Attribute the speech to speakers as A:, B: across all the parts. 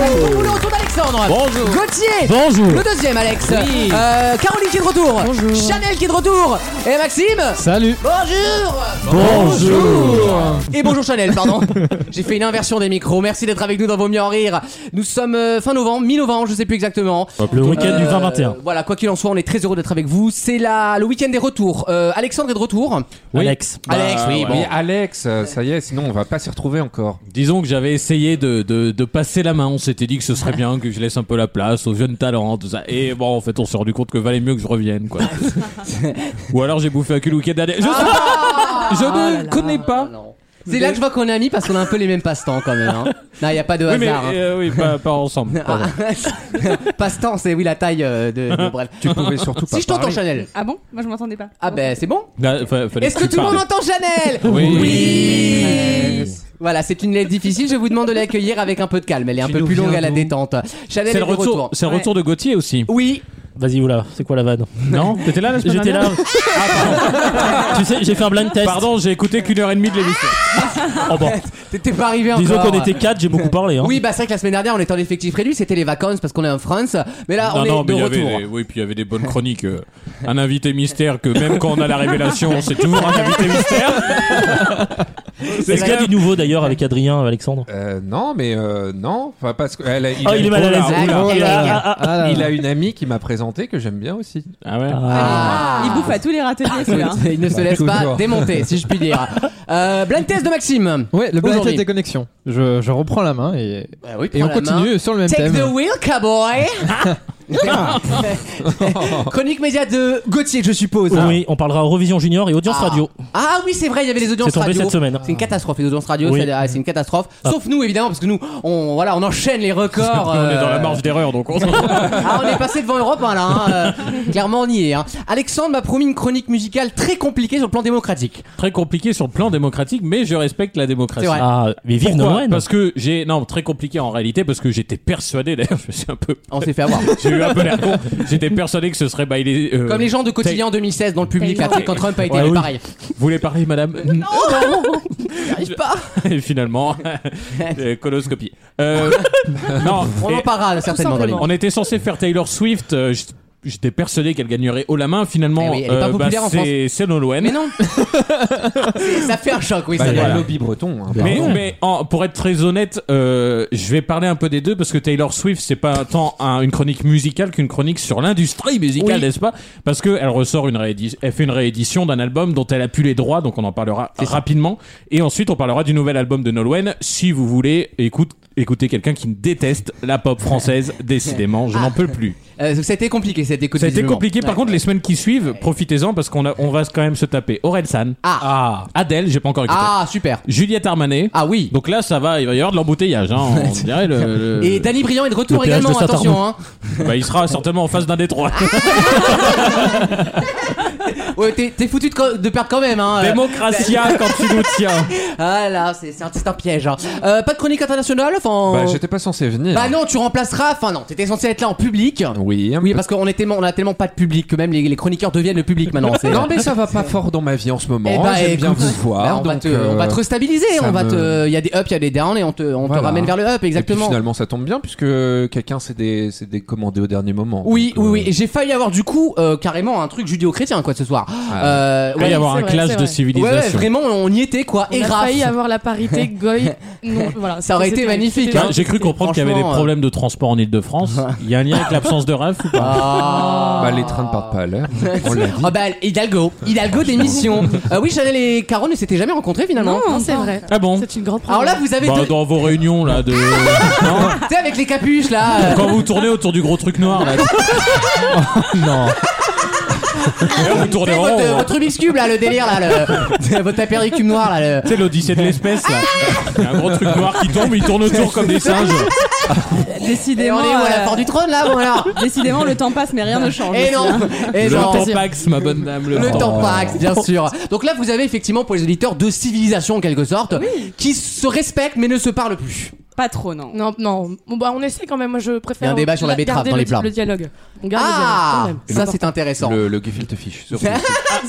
A: Bon boulot, on tourne Alexandre.
B: Bonjour.
A: Gauthier.
B: Bonjour.
A: Le deuxième, Alex.
B: Oui.
A: Euh, Caroline qui est de retour.
B: Bonjour.
A: Chanel qui est de retour. Et Maxime.
B: Salut.
A: Bonjour. Et bonjour Chanel, pardon. J'ai fait une inversion des micros. Merci d'être avec nous dans Vos Mieux en Rire. Nous sommes euh, fin novembre, mi-novembre, je sais plus exactement.
B: Le week-end du
A: Euh,
B: 20-21.
A: Voilà, quoi qu'il en soit, on est très heureux d'être avec vous. C'est la, le week-end des retours. Euh, Alexandre est de retour. Bah,
B: Alex.
A: Alex, oui,
B: bah,
A: bon.
C: Mais Alex, euh, ça y est, sinon on va pas s'y retrouver encore.
D: Disons que j'avais essayé de, de, de passer la main. On s'était dit que ce serait bien que je laisse un peu la place aux jeunes talents, tout ça. Et bon, en fait, on s'est rendu compte que valait mieux que je revienne, quoi. Ou alors j'ai bouffé un cul le week-end dernier. Je, sais pas. Je
A: Ah
D: ne
A: là là.
D: connais pas.
A: C'est là que je vois qu'on est amis parce qu'on a un peu les mêmes passe-temps quand même. hein. Non, il n'y a pas de
D: Oui, mais
A: hasard. hein. Ah.
D: euh, oui, pas, pas ensemble. pardon.
A: Passe-temps, c'est oui la taille euh, de, de- bref.
C: Tu pouvais surtout pas.
A: Si je t'entends
C: parler.
A: Chanel.
E: Ah bon Moi je m'entendais pas.
A: Ah ben c'est bon.
D: Là, fa- fallait
A: Est-ce
D: que
A: que
D: tu
A: tout le monde
D: parles.
A: entend Chanel
D: Oui.
A: Voilà, c'est une lettre difficile. Je vous demande de l'accueillir avec un peu de calme. Elle est un
C: Tu
A: peu
C: nous
A: plus longue
C: viens
A: à la
C: d'où
A: détente. Chanel
D: C'est
A: est
D: le
A: de
D: retour,
A: retour.
D: c'est le retour de Gauthier aussi.
A: Oui,
B: Vas-y, oula, c'est quoi la vanne
D: Non T'étais là la semaine
B: J'étais là. Ah,
D: dernière
B: tu sais, j'ai fait un blind test.
D: Pardon, j'ai écouté qu'une heure et demie de l'émission.
B: Oh, bon.
A: t'étais pas arrivé encore.
B: Disons qu'on était quatre, j'ai beaucoup parlé. Hein.
A: Oui, bah c'est vrai que la semaine dernière on était en effectif réduit, c'était les vacances parce qu'on est en France. Mais là Ah, on
D: Non,
A: est
D: non,
A: de
D: mais il y avait
A: retour.
D: des, oui, puis il y avait des bonnes chroniques. euh, un invité mystère que même quand on a la révélation, c'est toujours un invité mystère.
B: Est-ce qu'il y a du nouveau d'ailleurs avec Adrien, Alexandre
C: Euh, non, mais euh, non, enfin parce que elle a-
B: Oh, il est mal à l'aise.
A: oula,
B: Ah,
A: oula.
B: ah, ah, ah, ah.
C: Il a une amie qui m'a présenté que j'aime bien aussi.
D: Ah ouais.
A: Ah.
E: Il bouffe à tous les râteliers celui-là.
A: Il ne se laisse pas
C: toujours.
A: démonter, si je puis dire. Euh, blind test de Maxime.
F: Ouais, le blind
A: Aujourd'hui.
F: test des connexions. Je, je reprends la main et,
A: Bah oui,
F: et
A: prends la
F: on
A: main.
F: continue sur le même
A: Take
F: thème.
A: the wheel, cowboy. Chronique média de Gauthier, je suppose.
B: Oui,
D: Ah.
B: on parlera Eurovision Junior et Audience
A: Ah.
B: Radio.
A: Ah oui, c'est vrai, il y avait les audiences
B: C'est tombé
A: radio.
B: cette semaine.
A: C'est une catastrophe, les audiences radio,
B: Oui.
A: c'est ah, c'est une catastrophe. Sauf nous, évidemment, parce que nous, on, voilà, on enchaîne les records.
D: On est dans la
A: euh,
D: marge d'erreur, donc on...
A: Ah, on est passé devant Europe, hein, là. hein, euh, clairement, on y est. hein. Alexandre m'a promis une chronique musicale très compliquée sur le plan démocratique.
D: très compliqué sur le plan démocratique, mais je respecte la démocratie.
A: C'est vrai.
B: Ah, mais vive
D: Pourquoi
B: Noël
D: Parce que j'ai non très compliqué en réalité parce que j'étais persuadé d'ailleurs je suis un peu
A: On s'est fait avoir.
D: j'ai eu un peu l'air con j'étais persuadé que ce serait bah, il est, euh,
A: Comme les gens de quotidien en 2016 dans le public,
E: Taylor.
A: là, tu sais, quand Trump a été
D: Ouais,
A: élu,
D: oui.
A: pareil.
D: vous voulez parler madame
A: J'y arrive pas.
D: et finalement euh, coloscopie Euh, non
A: On
D: et-
A: en parlera certainement dans les-
D: on était censé faire Taylor Swift euh, j- J'étais persuadé qu'elle gagnerait haut la main. Finalement,
A: Eh oui, elle est pas
D: bah,
A: populaire en
D: c'est c'est Nolwenn.
A: Mais non C'est- Ça fait un choc, oui,
C: Bah,
A: ça
C: il y a
A: doit-
C: le lobby breton. hein,
D: Mais,
C: pardon.
D: mais en- pour être très honnête, euh, je vais parler un peu des deux parce que Taylor Swift, c'est pas tant un- une chronique musicale qu'une chronique sur l'industrie musicale,
A: Oui.
D: n'est-ce pas Parce que elle ressort une réédition, elle fait une réédition d'un album dont elle a plus les droits, donc on en parlera rapidement. Et ensuite, on parlera du nouvel album de Nolwenn. Si vous voulez, écoute, écoutez quelqu'un qui déteste la pop française, décidément, je n'en peux plus.
A: Euh, ça a été compliqué cette écoute.
D: Ça a été
A: visiblement.
D: compliqué. Par
A: Ouais.
D: contre, les semaines qui suivent, profitez-en parce qu'on a- on va quand même se taper Orelsan,
A: Ah.
D: Adèle, j'ai pas encore écouté,
A: Ah, super.
D: Juliette Armanet.
A: Ah oui.
D: Donc euh, là, ça va, il va y avoir de l'embouteillage. Hein, on dirait le. le-
A: Et Danny Briand est de retour
B: Le péage
A: également,
B: de Saint-Arnaud.
A: attention. Hein.
D: Bah, il sera certainement en face d'un des trois.
A: Ouais, t'es, t'es foutu de, co- de perdre quand même. Hein.
D: Démocratia quand tu nous tiens.
A: Ah là, c'est, c'est un, c'est un piège. hein. Euh, pas de chronique internationale enfin... euh,
C: Bah, j'étais pas censé venir.
A: Bah non, tu remplaceras. Enfin non, t'étais censé être là en public.
C: Oui. un
A: Oui,
C: peu.
A: parce qu'on est tellement, on a tellement pas de public que même les, les chroniqueurs deviennent le public maintenant. bah, C'est...
C: Non, mais ça va pas fort dans ma vie en ce moment.
A: Eh bah,
C: J'aime bien
A: écoute,
C: vous
A: bah,
C: voir.
A: on, va
C: donc,
A: te,
C: euh,
A: on va te restabiliser.
C: ça
A: On va
C: me-
A: te, il y a des ups, il y a des downs et on te, on te
C: Voilà.
A: ramène vers le up,
C: et puis,
A: exactement.
C: finalement, ça tombe bien puisque quelqu'un s'est dé- s'est décommandé au dernier moment.
A: Oui,
C: Donc,
A: oui,
C: euh,
A: oui. Et j'ai failli avoir du coup euh, carrément un truc judéo-chrétien quoi ce soir.
C: Ah,
A: Euh,
D: Il va y
A: ouais,
D: avoir
E: c'est
D: un
E: vrai,
D: clash de
E: c'est vrai.
A: ouais, ouais,
D: civilisation.
A: vraiment, on y était quoi.
E: On
A: Et
E: a
A: grave.
E: failli avoir la parité goy. Non, voilà,
A: Ça aurait été
E: c'était- c'était-
A: magnifique,
E: c'était-
A: hein.
D: Tiens, J'ai cru comprendre qu'il y avait des
A: Franchement, euh,
D: problèmes de transport en Ile-de-France. Il y a un lien avec l'absence de raf ou pas
A: Ah.
C: Bah, les trains ne partent pas à l'heure. On l'a dit.
A: Ah bah Hidalgo, Hidalgo d'émission. Euh, oui, Chanel et Caro ne s'étaient jamais rencontrés finalement.
E: Non, c'est vrai.
D: Ah bon
E: C'est une grande
A: Alors là, vous avez
D: Bah,
A: deux-
D: Dans vos réunions là de. Non
A: tu sais, avec les capuches là. euh,
D: Quand vous tournez autour du gros truc noir là. Oh,
B: Non.
D: D'ailleurs, vous
A: tu
D: tournez
A: sais,
D: en
C: euh,
A: votre,
D: rond. hein.
A: votre Rubik's cube là, le délire là, le, votre apéricube noir là. Le...
D: C'est l'odyssée de l'espèce là. Il y a un gros truc noir qui tombe, il tourne autour comme des singes.
A: Et on
E: Décidément,
A: est où à la
E: euh,
A: porte du trône là, bon alors.
E: décidément, le temps passe, mais rien ne change.
A: Et non, et
D: Le
A: non.
D: Tampax, ma bonne dame.
A: Le temps passe, Oh. bien sûr. Donc là, vous avez effectivement pour les auditeurs deux civilisations en quelque sorte qui se respectent mais ne se parlent plus.
E: Pas trop, non.
G: Non, non. Bon, bah, on essaie quand même. Moi, je préfère.
A: Il y a un débat sur la
G: garder
A: betterave dans
G: le-
A: les plats.
G: Le dialogue. On garde
A: Ah
G: le dialogue. quand même.
A: Ça, c'est intéressant.
C: Le, le gefilte fish. surtout.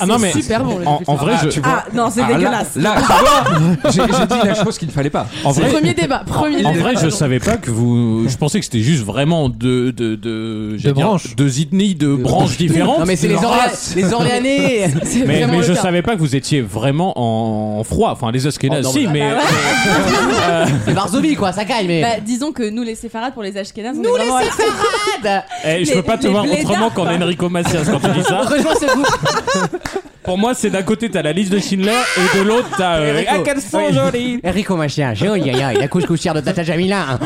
D: Ah non, mais.
G: Super bon. le
D: En,
G: gefilte.
D: en vrai, je.
E: Ah, non, c'est
C: Ah, là,
E: dégueulasse.
C: là, tu vois, j'ai j'ai dit la chose qu'il ne fallait pas.
D: En vrai,
G: Premier débat. Premier
D: En
G: débat.
D: vrai, je savais pas que vous. Je pensais que c'était juste vraiment deux de, de, j'allais dire,
F: branches.
D: deux ethnies, deux branches différentes.
A: Non, mais c'est les,
D: Une
A: Orléa-
D: race.
A: les Orléanais
G: C'est
D: Mais,
G: vraiment
D: mais
G: le
D: je
G: cas.
D: savais pas que vous étiez vraiment en, en froid. Enfin, les Askenas,
A: Oh, non,
D: si,
A: bah,
D: mais. euh,
A: C'est Varsovie, quoi, ça caille, mais.
E: Bah, disons que nous, les séfarades, pour les ashkénazes, on
A: Nous,
E: est
A: les
E: vraiment à la-
A: séfarades
D: eh, je
E: les-
D: peux pas te
E: les
D: voir
E: blédards,
D: autrement qu'en
E: quoi.
D: Enrico Macias quand tu dis ça.
A: Rejoins ce groupe
D: Pour moi, c'est d'un côté, t'as la liste de Schindler et de l'autre, t'as. euh,
A: Enrico. Oui. Enrico, ma chère, j'ai- aïe aïe aïe, la couche couchère de Tata Jamila. hein.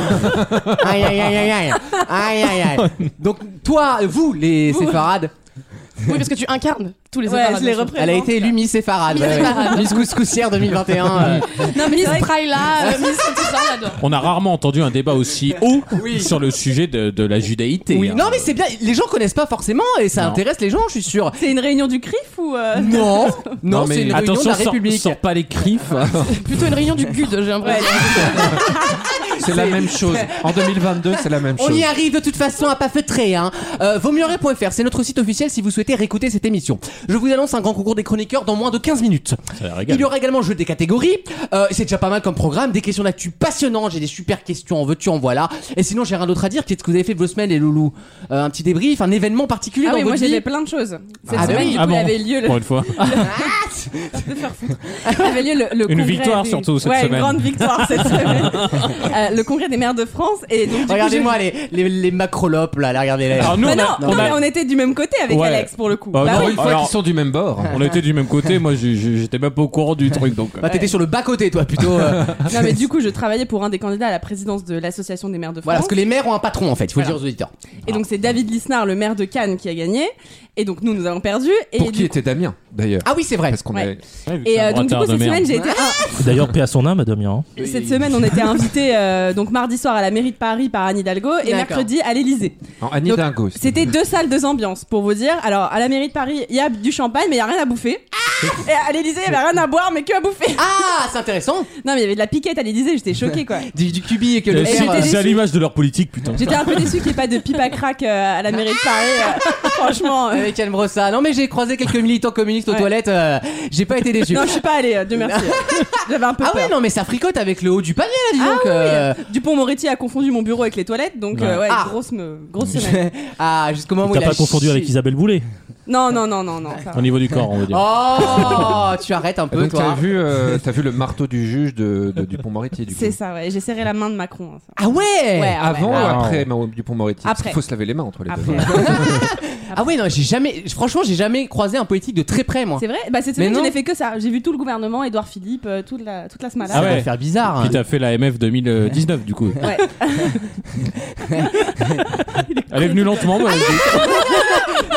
A: Aïe aïe aïe aïe aïe. Aïe aïe aïe. Donc, toi, vous, les séfarades,
G: Oui, parce que tu incarnes tous les
E: Ouais,
G: appareils,
E: je les
G: bien sûr.
E: reprends.
A: elle a été élue Miss Séfarade. ouais, ouais. Miss Couscoussière 2021. euh.
E: Non, mais c'est vrai
G: Miss
E: que-
G: Praila, euh, Miss tout ça, j'adore.
D: On a rarement entendu un débat aussi haut sur le sujet de, de la judaïté.
A: Oui,
D: hein.
A: non, mais c'est bien, les gens connaissent pas forcément et ça
D: Non.
A: intéresse les gens, je suis sûr.
E: C'est une réunion du CRIF ou. euh,
A: Non, non,
C: Non, mais
A: c'est une réunion de
D: Attention,
A: la
D: sors-
A: République.
D: sors pas les crifs.
E: Ah,
G: Plutôt une réunion du GUD, j'ai
E: Ouais,
G: l'impression.
C: C'est la même chose. En 2022, c'est la même
A: On
C: chose.
A: y arrive de toute façon à pas feutrer. Hein. Euh, vaumieuxenrire.fr, c'est notre site officiel si vous souhaitez réécouter cette émission. Je vous annonce un grand concours des chroniqueurs dans moins de 15 minutes.
D: Ça la
A: Il
D: régale.
A: y aura également le jeu des catégories. Euh, c'est déjà pas mal comme programme. Des questions d'actu passionnantes. J'ai des super questions. En veux-tu, en voilà. Et sinon, j'ai rien d'autre à dire. Qu'est-ce que vous avez fait de vos semaines, les loulous Euh, Un petit débrief, un événement particulier
E: Ah
A: dans
E: oui, moi
A: votre
E: j'ai
A: vie
E: fait plein de choses. Cette
A: Ah
E: semaine,
A: bon
E: du
D: Ah
E: coup,
D: bon.
E: avait lieu le,
D: Pour une fois.
E: avait lieu le, le
D: Une
E: congrès
D: victoire,
E: des-
D: surtout, cette
E: ouais,
D: semaine.
E: une grande victoire cette semaine. Euh, le congrès des maires de France et donc. du coup,
A: Regardez-moi les, les, les macrolopes là, là, regardez-les.
D: Alors, nous,
E: je- Bah
D: on a-
E: non,
D: Eh. on
E: non,
D: a-
E: mais on était du même côté avec
D: Ouais.
E: Alex pour le coup.
D: Ah
E: Bah
D: non,
E: oui.
C: Une fois
D: Alors-
C: qu'ils sont du même bord.
D: On était du même côté, moi j'ai- j'ai- j'étais même pas au courant du truc donc. euh.
A: Bah, t'étais sur le bas-côté, toi, plutôt. euh.
E: Non mais du coup je travaillais pour un des candidats à la présidence de l'association des maires de
A: voilà,
E: France
A: parce que les maires ont un patron, en fait. Il faut le dire aux auditeurs.
E: et donc c'est David Lisnard le maire de Cannes qui a gagné et donc nous nous avons perdu et
C: Pour
E: du
C: qui était Damien, d'ailleurs
A: Ah oui, c'est vrai.
C: Parce qu'on
E: Ouais.
C: est.
E: Et euh, donc du coup cette semaine j'ai été
B: D'ailleurs, paix à son âme, Damien. hein.
E: un- cette semaine on était invité euh, donc mardi soir à la mairie de Paris par Anne Hidalgo et
A: D'accord.
E: mercredi à l'Élysée.
C: En Annie
E: Donc,
C: Dingo.
E: C'était deux salles deux ambiances pour vous dire. Alors à la mairie de Paris il y a du champagne mais il y a rien à bouffer.
B: Ah
E: et à l'Élysée il y avait rien à boire mais que à bouffer.
A: Ah, c'est intéressant.
E: Non mais il y avait de la piquette à l'Élysée j'étais choquée quoi.
A: Du, du cubi et que le
D: Euh,
E: j'étais
D: si,
A: maire,
D: C'est
E: déçue.
D: à l'image de leur politique, putain.
E: J'étais un peu déçu qu'il n'y ait pas de pipe à crack euh, à la mairie de Paris. euh, franchement.
A: euh,
E: euh,
A: Avec Anne Brossa. Non, mais j'ai croisé quelques militants communistes aux
E: Ouais.
A: toilettes. euh, j'ai pas été déçu.
E: Non, je suis pas allée, euh, Dieu merci. J'avais un peu
A: Ah
E: peur.
A: oui, non, mais ça fricote avec le haut du panier, là, dis
E: Ah
A: donc.
E: oui,
A: euh.
E: Dupont Moretti a confondu mon bureau avec les toilettes, donc euh, ouais,
A: Ah.
E: grosse, me- grosse semaine.
A: ah, jusqu'au moment où
B: T'as
A: il a
B: pas confondu
A: chi-
B: avec Isabelle Boulay
E: non, non, non, non, non. enfin,
D: Au niveau du corps, on va dire.
A: Oh, tu arrêtes un
C: Et
A: peu,
C: donc t'as
A: toi.
C: vu, euh, t'as vu le marteau du juge de, de Dupont Moretti du coup.
E: C'est ça, ouais. J'ai serré la main de Macron. hein, enfin.
A: Ah ouais,
E: Ouais, ah
C: Avant
E: ouais.
C: ou après Mar- Dupont Moretti Parce
E: Après.
C: qu'il faut se laver les mains entre les
E: Après.
C: deux.
A: Ah ouais, non, j'ai jamais. Franchement, j'ai jamais croisé un politique de très près, moi.
E: C'est vrai Bah, cette
A: Mais
E: semaine, je
A: non.
E: n'ai fait que ça. J'ai vu tout le gouvernement, Édouard Philippe, euh, toute la, toute la semaine.
D: Ah
A: Ça doit
D: ouais.
A: faire bizarre. hein.
D: Puis t'as fait la MF 2019 du coup.
E: Ouais.
D: Elle est venue lentement, moi.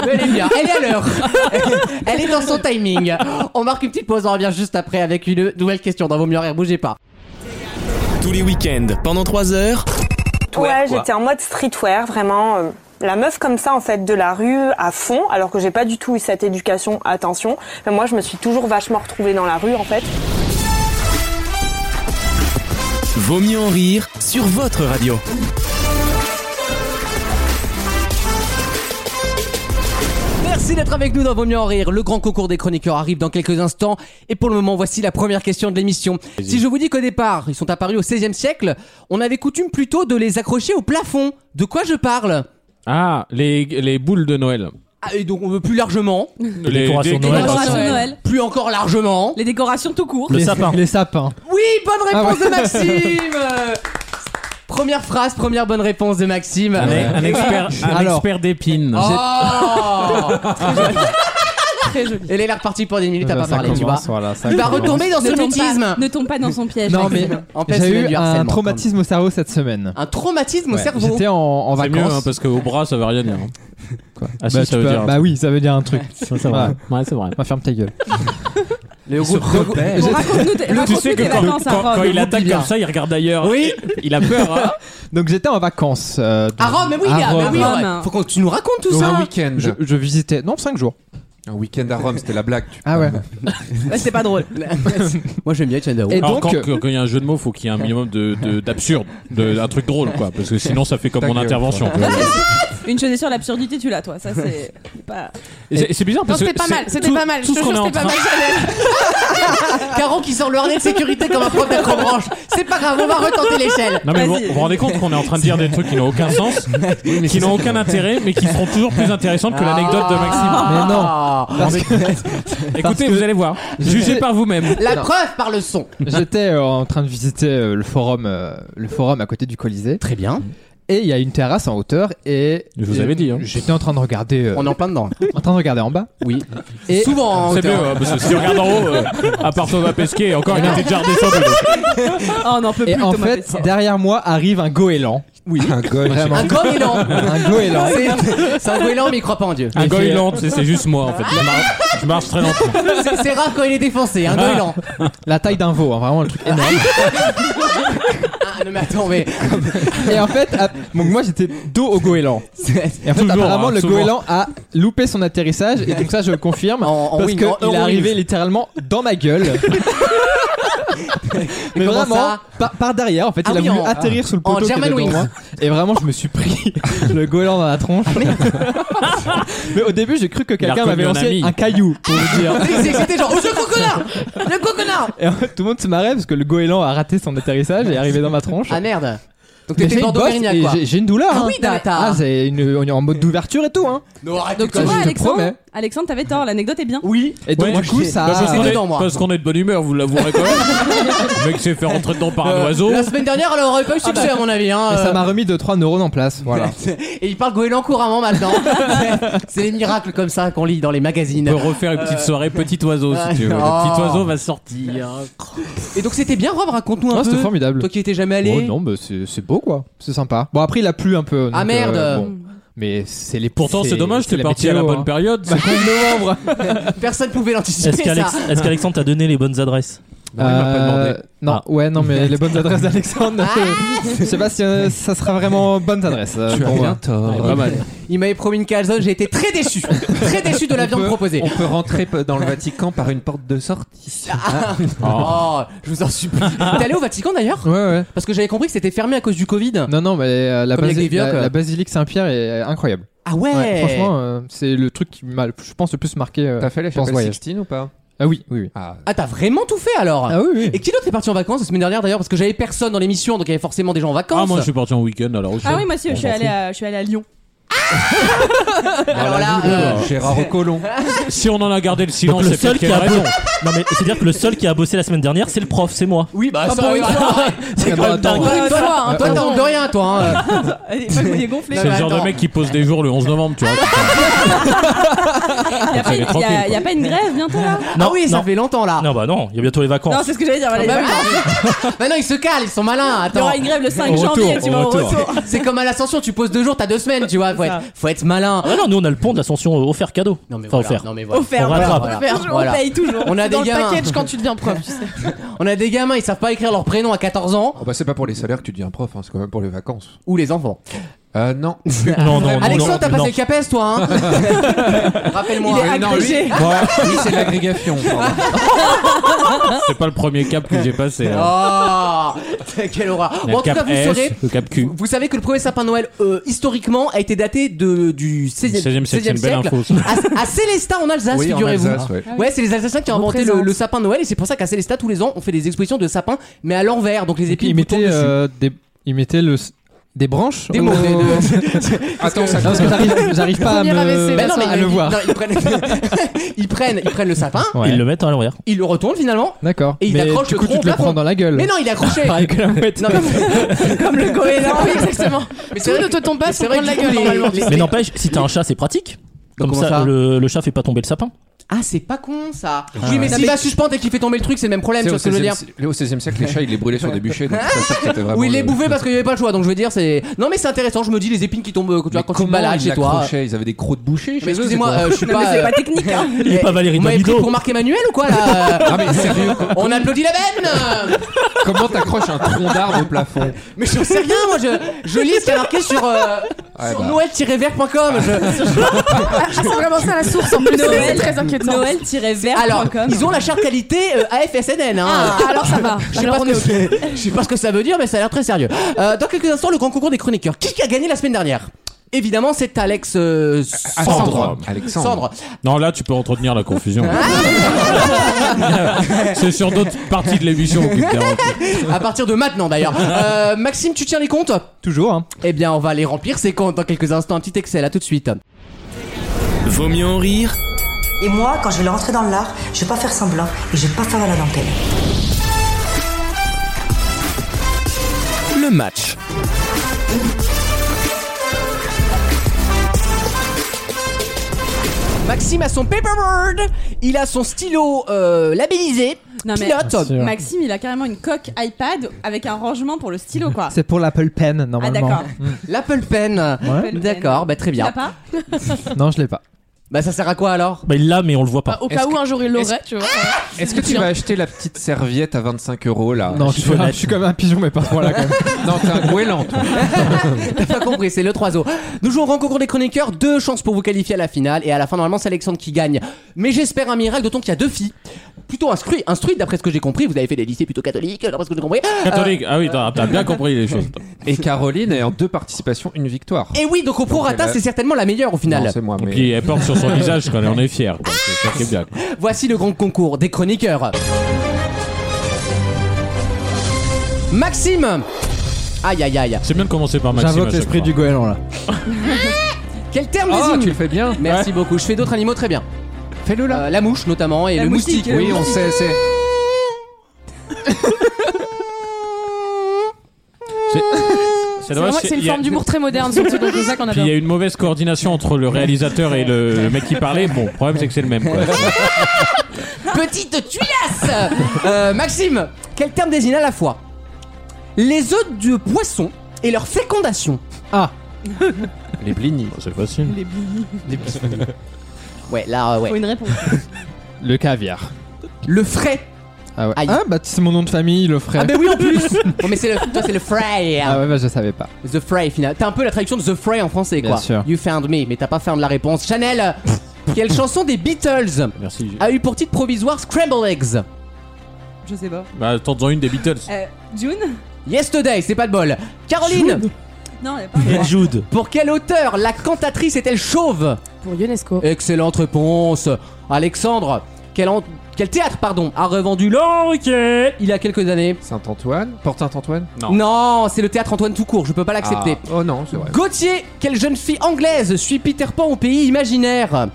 A: Mais Elle est bien, elle est à l'heure. elle est dans son timing. On marque une petite pause, on revient juste après avec une nouvelle question dans vos mieux en rire, bougez pas.
H: Tous les week-ends, pendant 3 heures,
I: Ouais, j'étais en mode streetwear, vraiment. euh, La meuf comme ça, en fait, de la rue à fond, alors que j'ai pas du tout eu cette éducation, attention. Mais moi, je me suis toujours vachement retrouvée dans la rue, en fait.
H: Vaut mieux en rire sur votre radio.
A: Merci d'être avec nous dans Vaut mieux en rire. Le grand concours des chroniqueurs arrive dans quelques instants. Et pour le moment, voici la première question de l'émission. Si je vous dis qu'au départ, ils sont apparus au XVIe siècle, on avait coutume plutôt de les accrocher au plafond. De quoi je parle
D: Ah, les, les boules de Noël.
A: Ah, et donc on veut plus largement,
D: Les
B: décorations de
D: dé-
E: Les
B: Noël.
E: décorations de
A: Ouais.
E: Noël.
A: plus encore largement.
E: Les décorations tout court.
B: Le
F: les,
B: sapin.
F: Les sapins.
A: Oui, bonne réponse de Maxime Euh, Première phrase, première bonne réponse de Maxime.
D: Un, un expert, un
F: Alors.
D: expert d'épines.
A: Oh
E: Très joli.
A: Et là, il est reparti pour 10 minutes à
F: Euh, Ça
A: pas parler, tu vois.
F: commence, voilà, ça
A: Il va
F: commence.
A: retomber dans
E: Ne
A: ce
E: tombe,
A: mutisme.
E: pas, ne tombe pas dans son piège.
F: Non, mais
E: Maxime.
A: En pleine
F: j'ai
A: semaine
F: eu
A: du
F: un
A: harcèlement,
F: traumatisme au cerveau cette semaine.
A: Un traumatisme au
F: Ouais,
A: cerveau.
F: J'étais en, en
D: C'est
F: vacances.
D: mieux hein, parce qu'au bras ça veut rien dire. hein. Ah si,
F: bah,
D: ça veut
F: tu peux-
D: dire.
F: bah oui, ça veut dire un truc.
D: Ça, ça va. Ouais, c'est vrai.
F: Bah, ferme ta gueule.
A: Le groupe
F: repère.
E: Bon, raconte-nous tes
D: Tu
E: raconte-nous
D: sais que
E: tes
D: quand,
E: vacances à
D: quand- quand
E: Rome.
D: il attaque
A: bien.
D: comme ça, il regarde ailleurs.
A: Oui.
D: Il a peur. hein.
F: Donc j'étais en vacances. euh,
A: À Rome, mais oui,
F: à
A: ah, bah
F: Rome.
A: oui,
E: Rome.
A: ouais. Faut que tu nous racontes tout
C: Donc,
A: ça.
C: un week-end.
F: Je, je visitais. Non, 5 jours.
C: Un week-end à Rome, c'était la blague. tu-
F: Ah ouais.
A: Ouais, c'est pas drôle. Moi j'aime bien Chandao.
F: Et
D: Alors,
F: donc,
D: quand- quand quand il y a un jeu de mots, faut qu'il y ait un minimum de- de- d'absurde, de, un truc drôle, quoi. Parce que sinon, ça fait comme
C: Ta
D: mon
C: gueule,
D: intervention. tu vois.
E: Une chose est sûre, l'absurdité, tu l'as, toi. Ça, c'est pas.
D: Et c'est- C'est bizarre
G: Non,
D: parce que.
G: c'était pas
D: c'est
G: mal, c'était
D: tout-
G: pas mal. Je
D: Tout
G: te
D: ce
G: jure,
D: qu'on est en
G: c'était pas
D: train.
G: mal.
A: Caron qui sort le harnais de sécurité comme un prof d'acrobranche. C'est pas grave, on va retenter l'échelle.
D: Non, mais vous
E: Vas-y.
D: vous vous rendez compte qu'on est en train de dire des trucs qui n'ont aucun sens, qui n'ont aucun intérêt, mais qui seront toujours plus intéressantes que l'anecdote de Maxime.
F: mais non.
A: Ah.
F: Parce que
D: Écoutez, vous allez voir. Jugez par vous-même.
A: La
F: Non.
A: preuve par le son.
F: j'étais euh, en train de visiter euh, le forum, euh, le forum à côté du Colisée,
A: Très bien.
F: et il y a une terrasse en hauteur, et
D: Je vous avais dit, hein.
F: J'étais en train de regarder, euh,
A: On est en plein dedans.
F: en train de regarder en bas.
A: Oui.
F: Et-
A: Souvent. en
D: C'est mieux,
A: hauteur.
D: hein, parce que si on regarde en haut, euh, à part Thomas Pesquet, encore une était déjà redescendu.
E: Oh,
A: Ah,
E: on n'en peut plus,
F: Et en
E: Thomas
F: fait,
E: Pesquet.
F: derrière moi arrive un goéland.
C: Oui. Un gosse.
F: Vraiment.
A: Un goéland.
F: Un goéland.
A: C'est- C'est un goéland, Ah, mais il croit pas en Dieu.
D: Un
F: Mais j'ai-
D: goéland, c'est c'est juste moi, en fait. Je marche, je marche très lentement.
A: C'est c'est rare quand il est défoncé, hein, un goéland.
F: La taille d'un veau, hein, vraiment le truc énorme.
A: Ah, non, mais attends, mais.
F: Et en fait, à- donc moi j'étais dos au goéland. Et en fait,
D: Toujours,
F: apparemment,
D: hein,
F: le
D: souvent.
F: goéland a loupé son atterrissage, et donc ça je le confirme.
A: En- en
F: parce
A: wing,
F: qu'il
A: en- en
F: est arrivé littéralement dans ma gueule. Mais
A: Comment
F: vraiment,
A: ça
F: par, par derrière, en fait,
A: Ah
F: il a
A: oui,
F: voulu
A: en-
F: atterrir sous le
A: en
F: poteau. qui était
A: German
F: devant
A: Wings.
F: moi. Et vraiment, je me suis pris le goéland dans la
A: Ah
F: tronche. Mais au début, j'ai cru que
D: a
F: quelqu'un
D: reconnu
F: m'avait
D: un
F: lancé
D: ami.
F: un caillou pour vous dire.
A: Il s'est excité, genre, oh, le coconard Le coconard
F: Et en fait, tout le monde se marrait parce que le goéland a raté son atterrissage et est arrivé dans ma tronche.
A: Ah merde Donc
F: Mais
A: t'étais
F: j'ai une,
A: bordeaux
F: bosse
A: pérignac
F: et
A: quoi.
F: j'ai- j'ai une douleur.
A: Ah
F: hein.
A: oui, t'as- t'as-
F: Ah, c'est une, on est en mode d'ouverture et tout. Hein.
A: Non, arrête,
E: Donc, tu
A: putain,
E: vois,
F: je te
E: Alexandre,
F: promets.
E: Alexandre, t'avais tort, l'anecdote est bien.
A: Oui
F: Et donc,
D: Ouais,
F: du coup,
A: j'ai- bah,
F: ça.
D: Parce qu'on
A: Ah, c'est
D: est-
A: dedans, moi.
D: parce qu'on est de bonne humeur, vous l'avouerez quand même. Le mec s'est fait rentrer dedans par un oiseau.
A: euh, La semaine dernière, elle aurait pas eu succès, à mon avis. Hein,
F: Et Ah, bah, ça
A: euh.
F: m'a remis 2-3 neurones en place. Voilà.
A: Et il parle goéland couramment maintenant. C'est- C'est les miracles comme ça qu'on lit dans les magazines.
D: On peut refaire une petite soirée petit oiseau si tu veux. Le
A: Oh.
D: petit oiseau va sortir.
A: hein. Et donc c'était bien, Rob, raconte-nous un
F: Non,
A: peu.
F: Ah, c'était formidable.
A: Toi qui étais jamais allé.
F: Oh non, mais c'est c'est beau quoi. C'est sympa. Bon, après, il a plu un peu.
A: Ah,
F: donc, euh,
A: merde.
F: bon. Mais c'est les
D: Pourtant, c'est dommage,
F: c'est
D: t'es parti à la
F: météo,
D: bonne
F: hein.
D: période.
F: Bah, en novembre.
A: Personne pouvait l'anticiper.
B: Est-ce qu'Alex-
A: ça.
B: est-ce qu'Alexandre t'a donné les bonnes adresses
F: Euh, non,
D: Ah.
F: ouais, non, mais les bonnes adresses d'Alexandre.
A: Ah.
F: Je sais pas si euh, ça sera vraiment bonnes adresses. euh,
C: Tu as
F: pour moi.
C: bien tort.
D: Pas mal.
A: Il m'avait promis une calzone, j'ai été très déçu. très déçu de la viande proposée.
C: On peut rentrer p- dans le Vatican par une porte de
E: Ah.
C: sortie.
A: Oh, je vous en supplie. T'es allé au Vatican d'ailleurs
F: Ouais, ouais.
A: Parce que j'avais compris que c'était fermé à cause du Covid.
F: Non, non, mais euh, la,
A: Comme il y a
F: basi-
A: des vieux,
F: la-
A: quoi.
F: la basilique Saint-Pierre est euh, incroyable.
A: Ah ouais,
F: Ouais, franchement, euh, c'est le truc qui m'a, je pense, le plus marqué. euh,
C: T'as fait la
F: pendant ce
C: chapelle
F: voyage.
C: Sixtine ou pas
F: Ah oui, oui, oui.
C: Ah,
A: Ah, t'as vraiment tout fait alors
F: Ah oui, oui.
A: Et qui d'autre est parti en vacances la semaine dernière d'ailleurs Parce que j'avais personne dans l'émission, donc il y avait forcément des gens en vacances.
D: Ah, moi je suis parti en week-end alors. aussi.
E: Ah oui, moi aussi, je suis
D: On s'en
E: allée à, je suis allée à Lyon.
A: Alors là, euh,
C: Gérard Collomb.
D: fout. Si on en a gardé le
B: Donc
D: silence,
B: le
D: c'est
B: seul
D: peut-être
B: qui
D: qu'il y a
B: a
D: une
B: bossé.
D: raison.
B: Non mais c'est à dire que le seul qui a bossé la semaine dernière, c'est le prof, c'est moi.
A: oui, bah ça, euh,
B: C'est
F: Ah,
B: quand même
F: bah, attends.
B: dingue.
A: toi, toi,
G: fois, hein,
E: Ah,
A: toi, t'as honte de rien, toi. hein.
E: Et pas que vous les gonflez.
A: Non,
D: C'est
A: mais
D: le genre
A: attends.
D: de mec qui pose des jours le 11 novembre, tu vois.
E: Il y a pas
D: Ça fait
E: une- il y
D: tranquille,
E: a-
D: quoi.
E: il y a pas une grève bientôt là
A: ah oui, ça
B: non.
A: fait longtemps là.
B: Non bah non, il y a bientôt les
E: Non,
B: vacances.
E: c'est ce que j'allais dire. voilà, il y a
A: Bah
E: pas-
A: oui. Maintenant ils se calent, ils sont malins.
E: Ah, Il y
A: Attends.
E: aura une grève le 5
B: Au
E: janvier,
B: retour,
E: tu
B: au
E: vas au
B: retour.
E: retour.
A: C'est comme à l'ascension, tu poses deux jours, t'as deux semaines, tu vois. Faut être, faut être malin.
B: Ah non, nous on a le pont de l'ascension euh, offert cadeau.
A: Non mais
B: Enfin,
A: voilà.
B: offert.
A: Non mais voilà.
E: Offert,
B: On
E: voilà,
B: rattrape.
E: offert, je-
A: Ah, Voilà.
E: on paye toujours.
A: On a
G: C'est
A: des
G: dans le
A: gamins.
G: package quand tu deviens prof, tu sais.
A: On a des gamins, ils savent pas écrire leur prénom à 14 ans
C: Oh, bah, c'est pas pour les salaires que tu dis un prof, hein, c'est quand même pour les vacances.
A: ou les enfants.
C: Euh, non.
B: Non, non, non,
A: Alexandre,
B: non,
A: t'as
B: non.
A: passé le CAPES toi hein Rappelle-moi.
E: Il est
A: hein.
C: non, lui,
E: agrégé.
C: lui, c'est de l'agrégation.
A: Ah,
C: pardon.
D: C'est pas le premier cap que j'ai passé. hein.
A: Oh Quelle aura
D: Il y a
A: en tout
D: le cap
A: cas, vous
D: S,
A: saurez.
D: le cap Q.
A: Vous savez que le premier sapin de Noël, euh, historiquement, a été daté de, du 16e,
D: 16e siècle, c'est une belle
A: siècle.
D: info. ça.
A: à, à Célestat en Alsace,
C: Oui, en
A: figurez-vous.
C: Alsace, ouais.
A: Ouais, c'est les Alsaciens qui ont inventé le,
E: Représente.
A: le sapin de Noël et c'est pour ça qu'à Célestat tous les ans on fait des expositions de sapins mais à l'envers donc les épines
F: Il
A: vous tombent
F: mettait
A: dessus.
F: euh, des, il mettait le, des branches.
A: Des
F: au-
A: mots, des-
F: Non,
A: de-
C: Attends, ça
F: parce que j'arrive, j'arrive pas à
G: Premier
F: me,
G: AVC,
A: Ben non, mais
F: à
A: ils-
F: le voir.
A: non, ils, prennent... ils prennent ils prennent le sapin,
F: Ouais.
B: Ils le mettent à l'envers.
A: ils le retournent finalement.
F: D'accord.
A: Et il
F: mais
A: t'accroche
F: du
A: le
F: coup,
A: tronc
F: tu te
A: au
F: le
A: plafond.
F: prends dans la gueule.
A: Mais non, il est accroché.
F: Euh, Pareil que la mouette.
A: Non, mais- comme le goéland.
G: Oui, exactement.
A: Mais
G: Tout ne te tombe pas
A: mais c'est
G: sur
A: vrai
G: prendre la
A: que
G: gueule
A: les-
G: normalement.
A: les-
B: Mais n'empêche, si t'as un chat, c'est pratique.
A: Donc
B: Comme
A: comment
B: ça,
A: ça
B: le, le chat fait pas tomber le sapin.
A: Ah, c'est pas con ça. oui, mais s'il va suspendre et qu'il fait tomber le truc, c'est le même problème,
C: C'est
A: tu vois
C: au
A: ce que je veux
C: 16e
A: dire.
C: si- le- au 16e siècle, les chats, ils les brûlaient sur des bûchers, donc je suis pas sûr que c'était vraiment.
A: Ou il les
C: le-
A: bouffait parce qu'il n'y avait pas le choix, donc je veux dire, c'est. Non, mais c'est intéressant, je me dis les épines qui tombent euh, tu vois,
C: Mais
A: quand tu te
C: comment
A: balades
C: ils
A: chez toi.
C: l'accrochaient Ils avaient des crocs de boucher chez
A: Mais
C: eux.
A: excusez-moi,
C: c'est quoi
A: euh, je suis
E: Non, mais
A: pas.
E: c'est
A: euh,
E: pas technique. hein.
B: Il est pas Valérie
A: Vous m'avez pris
B: Damido.
A: pour Marc Emmanuel ou quoi là
C: Ah, mais sérieux,
A: On applaudit la benne
C: Comment t'accroches un tronc d'arbre au plafond
A: Mais j'en sais rien, moi je, je lis ce qu'il y a marqué sur, euh,
C: Ouais,
A: sur
C: bah.
A: noël-vert.com. Je-
G: C'est vraiment ça la source en plus. C'est très inquiétant.
A: Alors,
E: Noël-vert.com.
A: ils ont la charte qualité euh, AFSNN. Hein.
G: Ah, alors ça va.
A: Je sais,
G: Alors
A: pas ce
G: on est
A: que c'est- je sais pas ce que ça veut dire, mais ça a l'air très sérieux. Euh, dans quelques instants, le grand concours des chroniqueurs. Qui a gagné la semaine dernière Évidemment, c'est Alex euh, Sandre.
C: Alexandre.
A: Sandre.
D: Non, là, tu peux entretenir la confusion. C'est sur d'autres parties de l'émission. qu'il te dérange.
A: À partir de maintenant, d'ailleurs. Euh, Maxime, tu tiens les comptes
F: Toujours, hein.
A: Eh bien, on va les remplir ces comptes dans quelques instants. Un petit Excel, à tout de suite.
H: Vaut mieux en rire.
J: Et moi, quand je vais rentrer dans l'art, je vais pas faire semblant et je vais pas faire à la dentelle.
H: Le match.
A: Maxime a son paperboard, il a son stylo euh, labellisé,
E: Non, mais-
A: pilote.
F: Bien sûr.
E: Maxime, il a carrément une coque iPad avec un rangement pour le stylo, quoi.
F: C'est pour l'Apple Pen,
E: Ah,
F: normalement.
E: d'accord.
A: L'Apple Pen.
F: Ouais.
A: D'accord, bah très
E: Tu l'as
A: bien.
E: pas
F: Non, je l'ai pas.
A: Bah ça sert à quoi alors
B: Bah, il l'a, mais on le voit
G: Bah,
B: pas.
G: au cas où un jour il l'aurait, tu vois.
C: Est-ce que tu
G: Tiens.
C: vas acheter la petite serviette à 25 euros là
F: Non, je suis,
B: honnête.
F: je suis comme un pigeon, mais pas voilà quand même.
C: Non, t'es un goéland. toi.
A: T'as pas compris, c'est le 3 Nous jouons au grand concours des chroniqueurs, deux chances pour vous qualifier à la finale. Et à la fin, normalement, c'est Alexandre qui gagne. Mais j'espère un miracle, d'autant qu'il y a deux filles. Plutôt instruites, instruites d'après ce que j'ai compris. Vous avez fait des lycées plutôt catholiques, d'après ce que j'ai compris.
D: Catholique. Ah oui, t'as t'as bien compris les choses.
C: Et Caroline est en deux participations, une victoire.
A: Et oui, donc au prorata,
C: là-
A: c'est certainement la meilleure au final.
C: Non, c'est moi,
D: Et
C: mais.
D: puis elle porte sur son visage quand elle en est fière. quoi. C'est ça qui est bien. quoi.
A: Voici le grand concours des chroniqueurs. Maxime Aïe aïe aïe.
D: C'est bien de commencer par Maxime. à
F: J'invoque
D: chaque
F: l'esprit
D: fois.
F: du goéland là.
A: Quel terme
C: Ah,
A: désigne
C: tu le fais bien
A: Merci beaucoup. Je fais d'autres animaux très bien.
C: Fais-le là
A: Euh, la mouche notamment et
E: La
A: le
E: moustique,
A: moustique.
C: Oui, on sait, c'est.
D: C'est
G: C'est
D: dommage,
G: vrai que c'est
D: il
G: une
D: y a-
G: forme d'humour très moderne, surtout donc c'est ça qu'on
D: Puis il y
G: adore.
D: a une mauvaise coordination entre le réalisateur et le, le mec qui parlait. Bon, le problème c'est que c'est le même. Quoi.
A: Petite tuilasse Euh, Maxime, quel terme désigne à la fois les œufs de poisson et leur fécondation
D: Les blinis. C'est facile.
A: Ouais, là, euh, ouais.
E: Faut une réponse.
F: Le caviar.
A: Le frais.
F: Ah ouais.
A: Aïe.
F: Ah bah c'est mon nom de famille, le frère.
A: Ah, ben oui, en plus Bon, mais c'est le, toi, c'est le frais. hein.
F: Ah ouais, bah je savais pas.
A: The fray, finalement. T'as un peu la traduction de The fray en français, quoi.
F: Bien sûr.
A: You found me, mais t'as pas found la réponse. Chanel, quelle chanson des Beatles
D: Merci.
A: a eu pour titre provisoire Scramble Eggs
E: Je sais pas.
D: Bah, tente-en une des Beatles.
E: Euh, June
A: Yesterday, c'est pas de bol. Caroline,
E: Non, elle a pas.
B: Jude.
A: pour quel auteur la cantatrice est-elle chauve
G: Pour UNESCO.
A: Excellente réponse. Alexandre, quel, en- quel théâtre pardon, a revendu l'enquête il y a quelques années
C: Saint-Antoine Porte Saint-Antoine
D: Non.
A: Non, c'est le théâtre Antoine tout court, je peux pas l'accepter.
C: Ah. Oh non, c'est vrai.
A: Gauthier, quelle jeune fille anglaise suit Peter Pan au pays imaginaire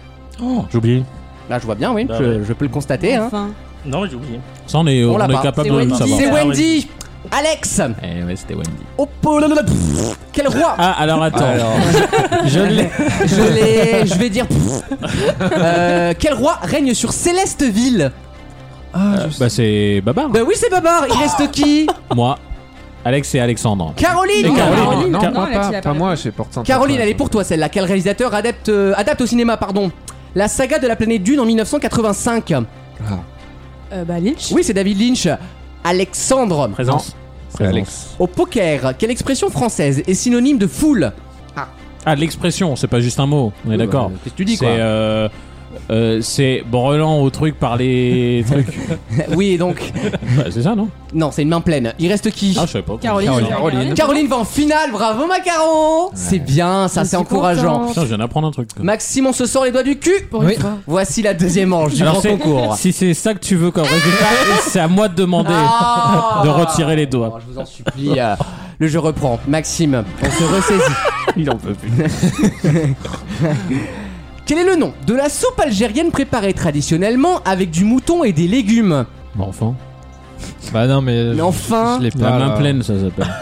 B: J'ai oublié.
A: Là, je vois bien, oui,
B: Bah
A: je,
B: ouais.
A: je peux le constater. hein.
E: Enfin.
B: Non, j'ai oublié.
D: Ça, on est,
A: On
D: on
A: l'a
D: est
A: pas.
D: capable
E: C'est
D: de le
E: Wendy.
D: savoir.
A: C'est
B: Ah,
A: Wendy Alex
D: Eh ouais, c'était Wendy.
A: Oh, po- la- la- la- pff, Quel roi
D: Ah, alors attends.
F: Je l'ai.
D: Ah.
A: Je l'ai. Je vais dire. pff. Euh, quel roi règne sur Célesteville
D: Euh, bah, c'est Babar.
A: Ben oui, c'est Babar Il reste qui
D: Moi, Alex et Alexandre.
A: Caroline
D: Et Caroline.
A: Non.
C: Non,
E: non,
C: moi
E: Alex, il
C: pas.
E: a pas
C: Pas moi, c'est Porte Saint-Antoine.
A: Caroline, elle est pour toi celle-là. Quel réalisateur adapte, euh, adapte au cinéma pardon, la saga de la planète Dune en 1985
G: Euh, bah Lynch.
A: Oui, c'est David Lynch. Alexandre,
B: Présence.
C: C'est Alex.
A: au poker, quelle expression française est synonyme de foule
D: Ah, de l'expression, c'est pas juste un mot. On est d'accord.
C: Qu'est-ce que tu dis
D: C'est.
C: quoi
D: euh, euh, c'est brelant au truc par les trucs.
A: Oui, donc.
D: Bah, c'est ça, non
A: Non, c'est une main pleine. Il reste qui
D: Ah, je savais pas.
E: Caroline.
C: Caroline.
E: Caroline.
A: Caroline va en finale, bravo Macaron C'est bien, ça
G: Je
A: c'est
G: suis
A: encourageant.
G: contente.
D: Putain, je viens d'apprendre un truc.
A: Maxime, on se sort les doigts du cul
G: Pour une
F: Oui.
G: fois.
A: Voici la deuxième manche du grand
D: c'est-
A: concours.
D: si c'est ça que tu veux comme résultat, c'est à moi de demander
A: Ah
D: de retirer les
A: Oh,
D: doigts.
A: je vous en supplie. euh, le jeu reprend. Maxime, on se ressaisit.
D: Il en peut plus.
A: Quel est le nom de la soupe algérienne préparée traditionnellement avec du mouton et des légumes
D: Bon, enfin.
F: Bah non, mais.
A: Mais
F: je-
A: enfin
F: Je l'ai
D: La
F: pas.
D: main
F: là.
D: pleine, ça s'appelle.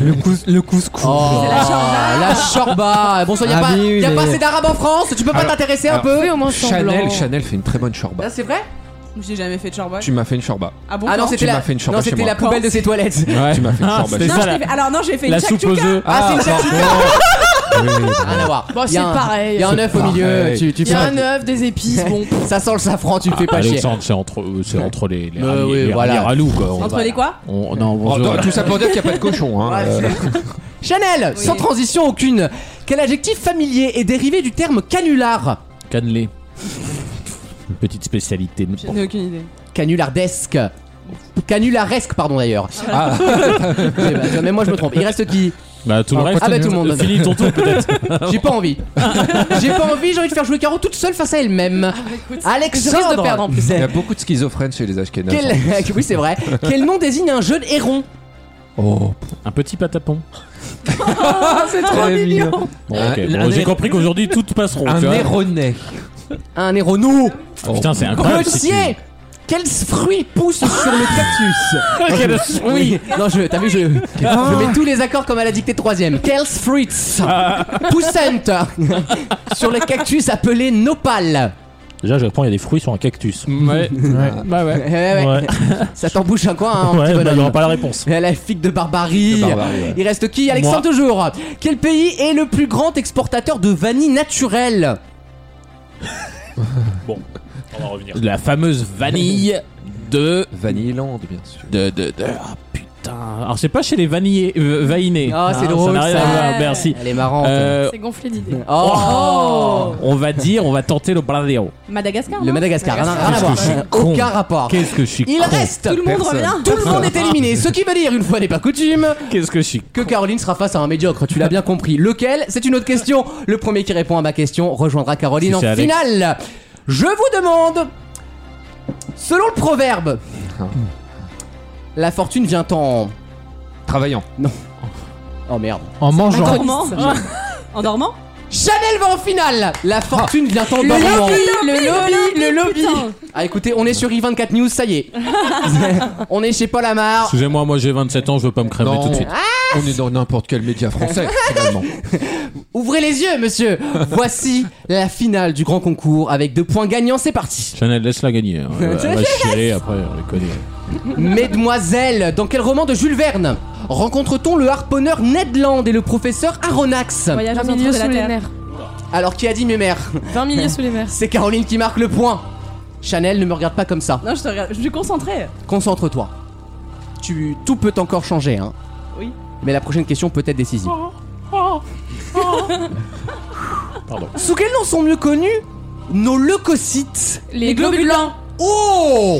F: Le, cous- le couscous.
A: Oh,
E: la chorba.
A: la chorba Bon, ça, y a,
F: Ah
A: pas,
F: oui,
A: y a
F: mais-
A: pas assez d'arabes en France, tu peux pas
C: Alors-
A: t'intéresser un
C: alors-
A: peu
G: Oui, au moins semblant.
C: Chanel, Chanel fait une très bonne chorba.
A: Là, c'est vrai
E: J'ai jamais fait de charbon.
C: Tu m'as fait une chorba.
E: Ah bon
A: Ah non,
E: quand
A: c'était
C: m'as
A: la,
C: fait une chorba
A: non,
C: chez
A: c'était
C: moi.
A: la poubelle de ses toilettes.
C: Tu m'as fait une
D: Ah,
C: chorba.
D: c'était
E: Non,
D: ça,
E: je
D: la-
E: t'ai fait- Alors non, j'ai fait
D: La
E: une
D: soupe aux
E: shakshuka.
D: œufs.
A: Ah, c'est une
C: pardon.
A: Rien à voir.
G: Bon,
A: Il y a
G: Ah, bah, c'est
A: un-
G: pareil. Ah,
A: Il y a un œuf au milieu.
D: Pareil.
A: Tu, tu
G: Il y
A: fais
G: a un œuf, des épices, bon.
A: Ça sent le safran, tu le fais pas chier.
D: Alexandre, c'est entre, euh, c'est entre les, les,
A: Euh,
D: rallies-
A: oui,
D: les
A: voilà.
D: rallies ralous, quoi. On-
E: Entre les quoi
D: on- non,
C: Oh,
D: bonjour.
C: Tout ça pour dire qu'il n'y a pas de cochon. Hein. Euh,
A: Chanel, sans transition aucune. Quel adjectif familier est dérivé du terme canular
D: Cannelé. Une petite spécialité.
E: Je n'ai aucune idée.
A: Canulardesque. Canularesque, pardon d'ailleurs.
G: Ah.
A: Ah. Eh ben, même moi je me trompe. Il reste qui
D: Bah, tout le reste.
A: Ah bah tout le monde.
D: Fini ton tour, peut-être.
A: J'ai pas envie. J'ai pas envie, j'ai envie de faire jouer Caro toute seule face à elle-même.
G: Ah, bah, Je risque de perdre en
A: Alexandre
G: plus.
C: Il y a beaucoup de schizophrènes chez les Ashkenazes.
A: quel... Oui, c'est vrai. Quel nom désigne un jeune héron
C: Oh,
D: Un petit patapon.
F: C'est trop mignon.
D: Bon,
C: Un-
D: ok.
C: un
D: Bon,
C: héros-
D: J'ai compris qu'aujourd'hui, toutes passeront. tu
C: un
D: vois.
C: héronais.
A: Un héronou
D: Ah, Putain, c'est incroyable. si tu-
A: Gauthier Quel fruit pousse sur le cactus Quel fruit Non, je, t'as vu, je, je mets tous les accords comme à la dictée troisième. Quels fruits poussent sur le cactus appelé nopal
B: Déjà, je comprends, il y a des fruits sur un cactus.
D: Ouais. Bah
A: Eh
D: ouais.
A: ouais, ouais.
B: Ouais,
A: Ça t'embouche un coin, hein, mon petit
B: ouais, bah, il n'y
A: bonhomme.
B: aura pas la réponse.
A: Et la figue de barbarie.
C: De barbarie, ouais.
A: Il reste qui Alexandre toujours. Quel pays est le plus grand exportateur de vanille naturelle
B: On va revenir.
D: La fameuse vanille
A: Euh.
D: de.
C: Vanilland, bien sûr.
D: de, de, de- Ah putain. Alors, c'est pas chez les vanillés. euh, vainés.
A: Ah, c'est
D: Hein,
A: drôle,
D: Ça n'a rien
A: ça.
D: à voir, merci.
A: Elle est marrante.
D: Euh,
G: C'est gonflé d'idées.
A: Oh,
D: on va dire, on va tenter le bradéo.
E: Madagascar
A: Le
E: non
A: Madagascar, rien à
D: Qu'est-ce
A: voir.
D: que je suis con.
A: Aucun rapport.
D: Qu'est-ce que je suis
A: Ah. Il
D: con.
A: reste
E: Tout le monde
C: Personne.
E: revient
A: Tout le monde est éliminé, ce qui veut dire, une fois n'est pas coutume,
D: Qu'est-ce que je suis
A: que Caroline sera face à un médiocre, tu l'as bien compris. Lequel C'est une autre question. Le premier qui répond à ma question rejoindra Caroline
D: Si
A: en
D: c'est Alex.
A: finale. Je vous demande, selon le proverbe, la fortune vient en...
C: Travaillant.
A: Oh merde.
F: En mangeant.
E: Dormant En dormant
A: Chanel va en finale La fortune vient en
G: Le
A: dormant.
G: lobby, le lobby, le lobby.
A: Ah écoutez, on est sur i24 News, ça y est. on est chez Paul Amar.
D: Excusez-moi, moi j'ai 27 ans, je veux pas me crèmer
C: Non.
D: Ah, tout de suite.
A: Ah.
C: On est dans n'importe quel média français, finalement.
A: Ouvrez les yeux, monsieur. Voici la finale du grand concours avec deux points gagnants. C'est parti.
D: Chanel, laisse-la gagner. hein. Elle va- elle va chialer après, on les connaît.
A: Mesdemoiselles, dans quel roman de Jules Verne rencontre-t-on le harponneur Ned Land et le professeur Aronnax
E: Voyage au
G: 20
E: centre
G: milieux
E: de
G: sous
E: la
G: les
E: Terre.
G: mers.
A: Alors qui a dit mes mères
G: 20 milieux sous les mers.
A: C'est Caroline qui marque le point. Chanel, ne me regarde pas comme ça.
E: Non, je te regarde, je suis concentrée.
A: Concentre-toi. Tu, tout peut encore changer, hein.
E: Oui.
A: Mais la prochaine question peut être décisive.
G: Oh,
A: Sous quel nom sont mieux connus nos leucocytes
G: Les globules blancs.
A: Oh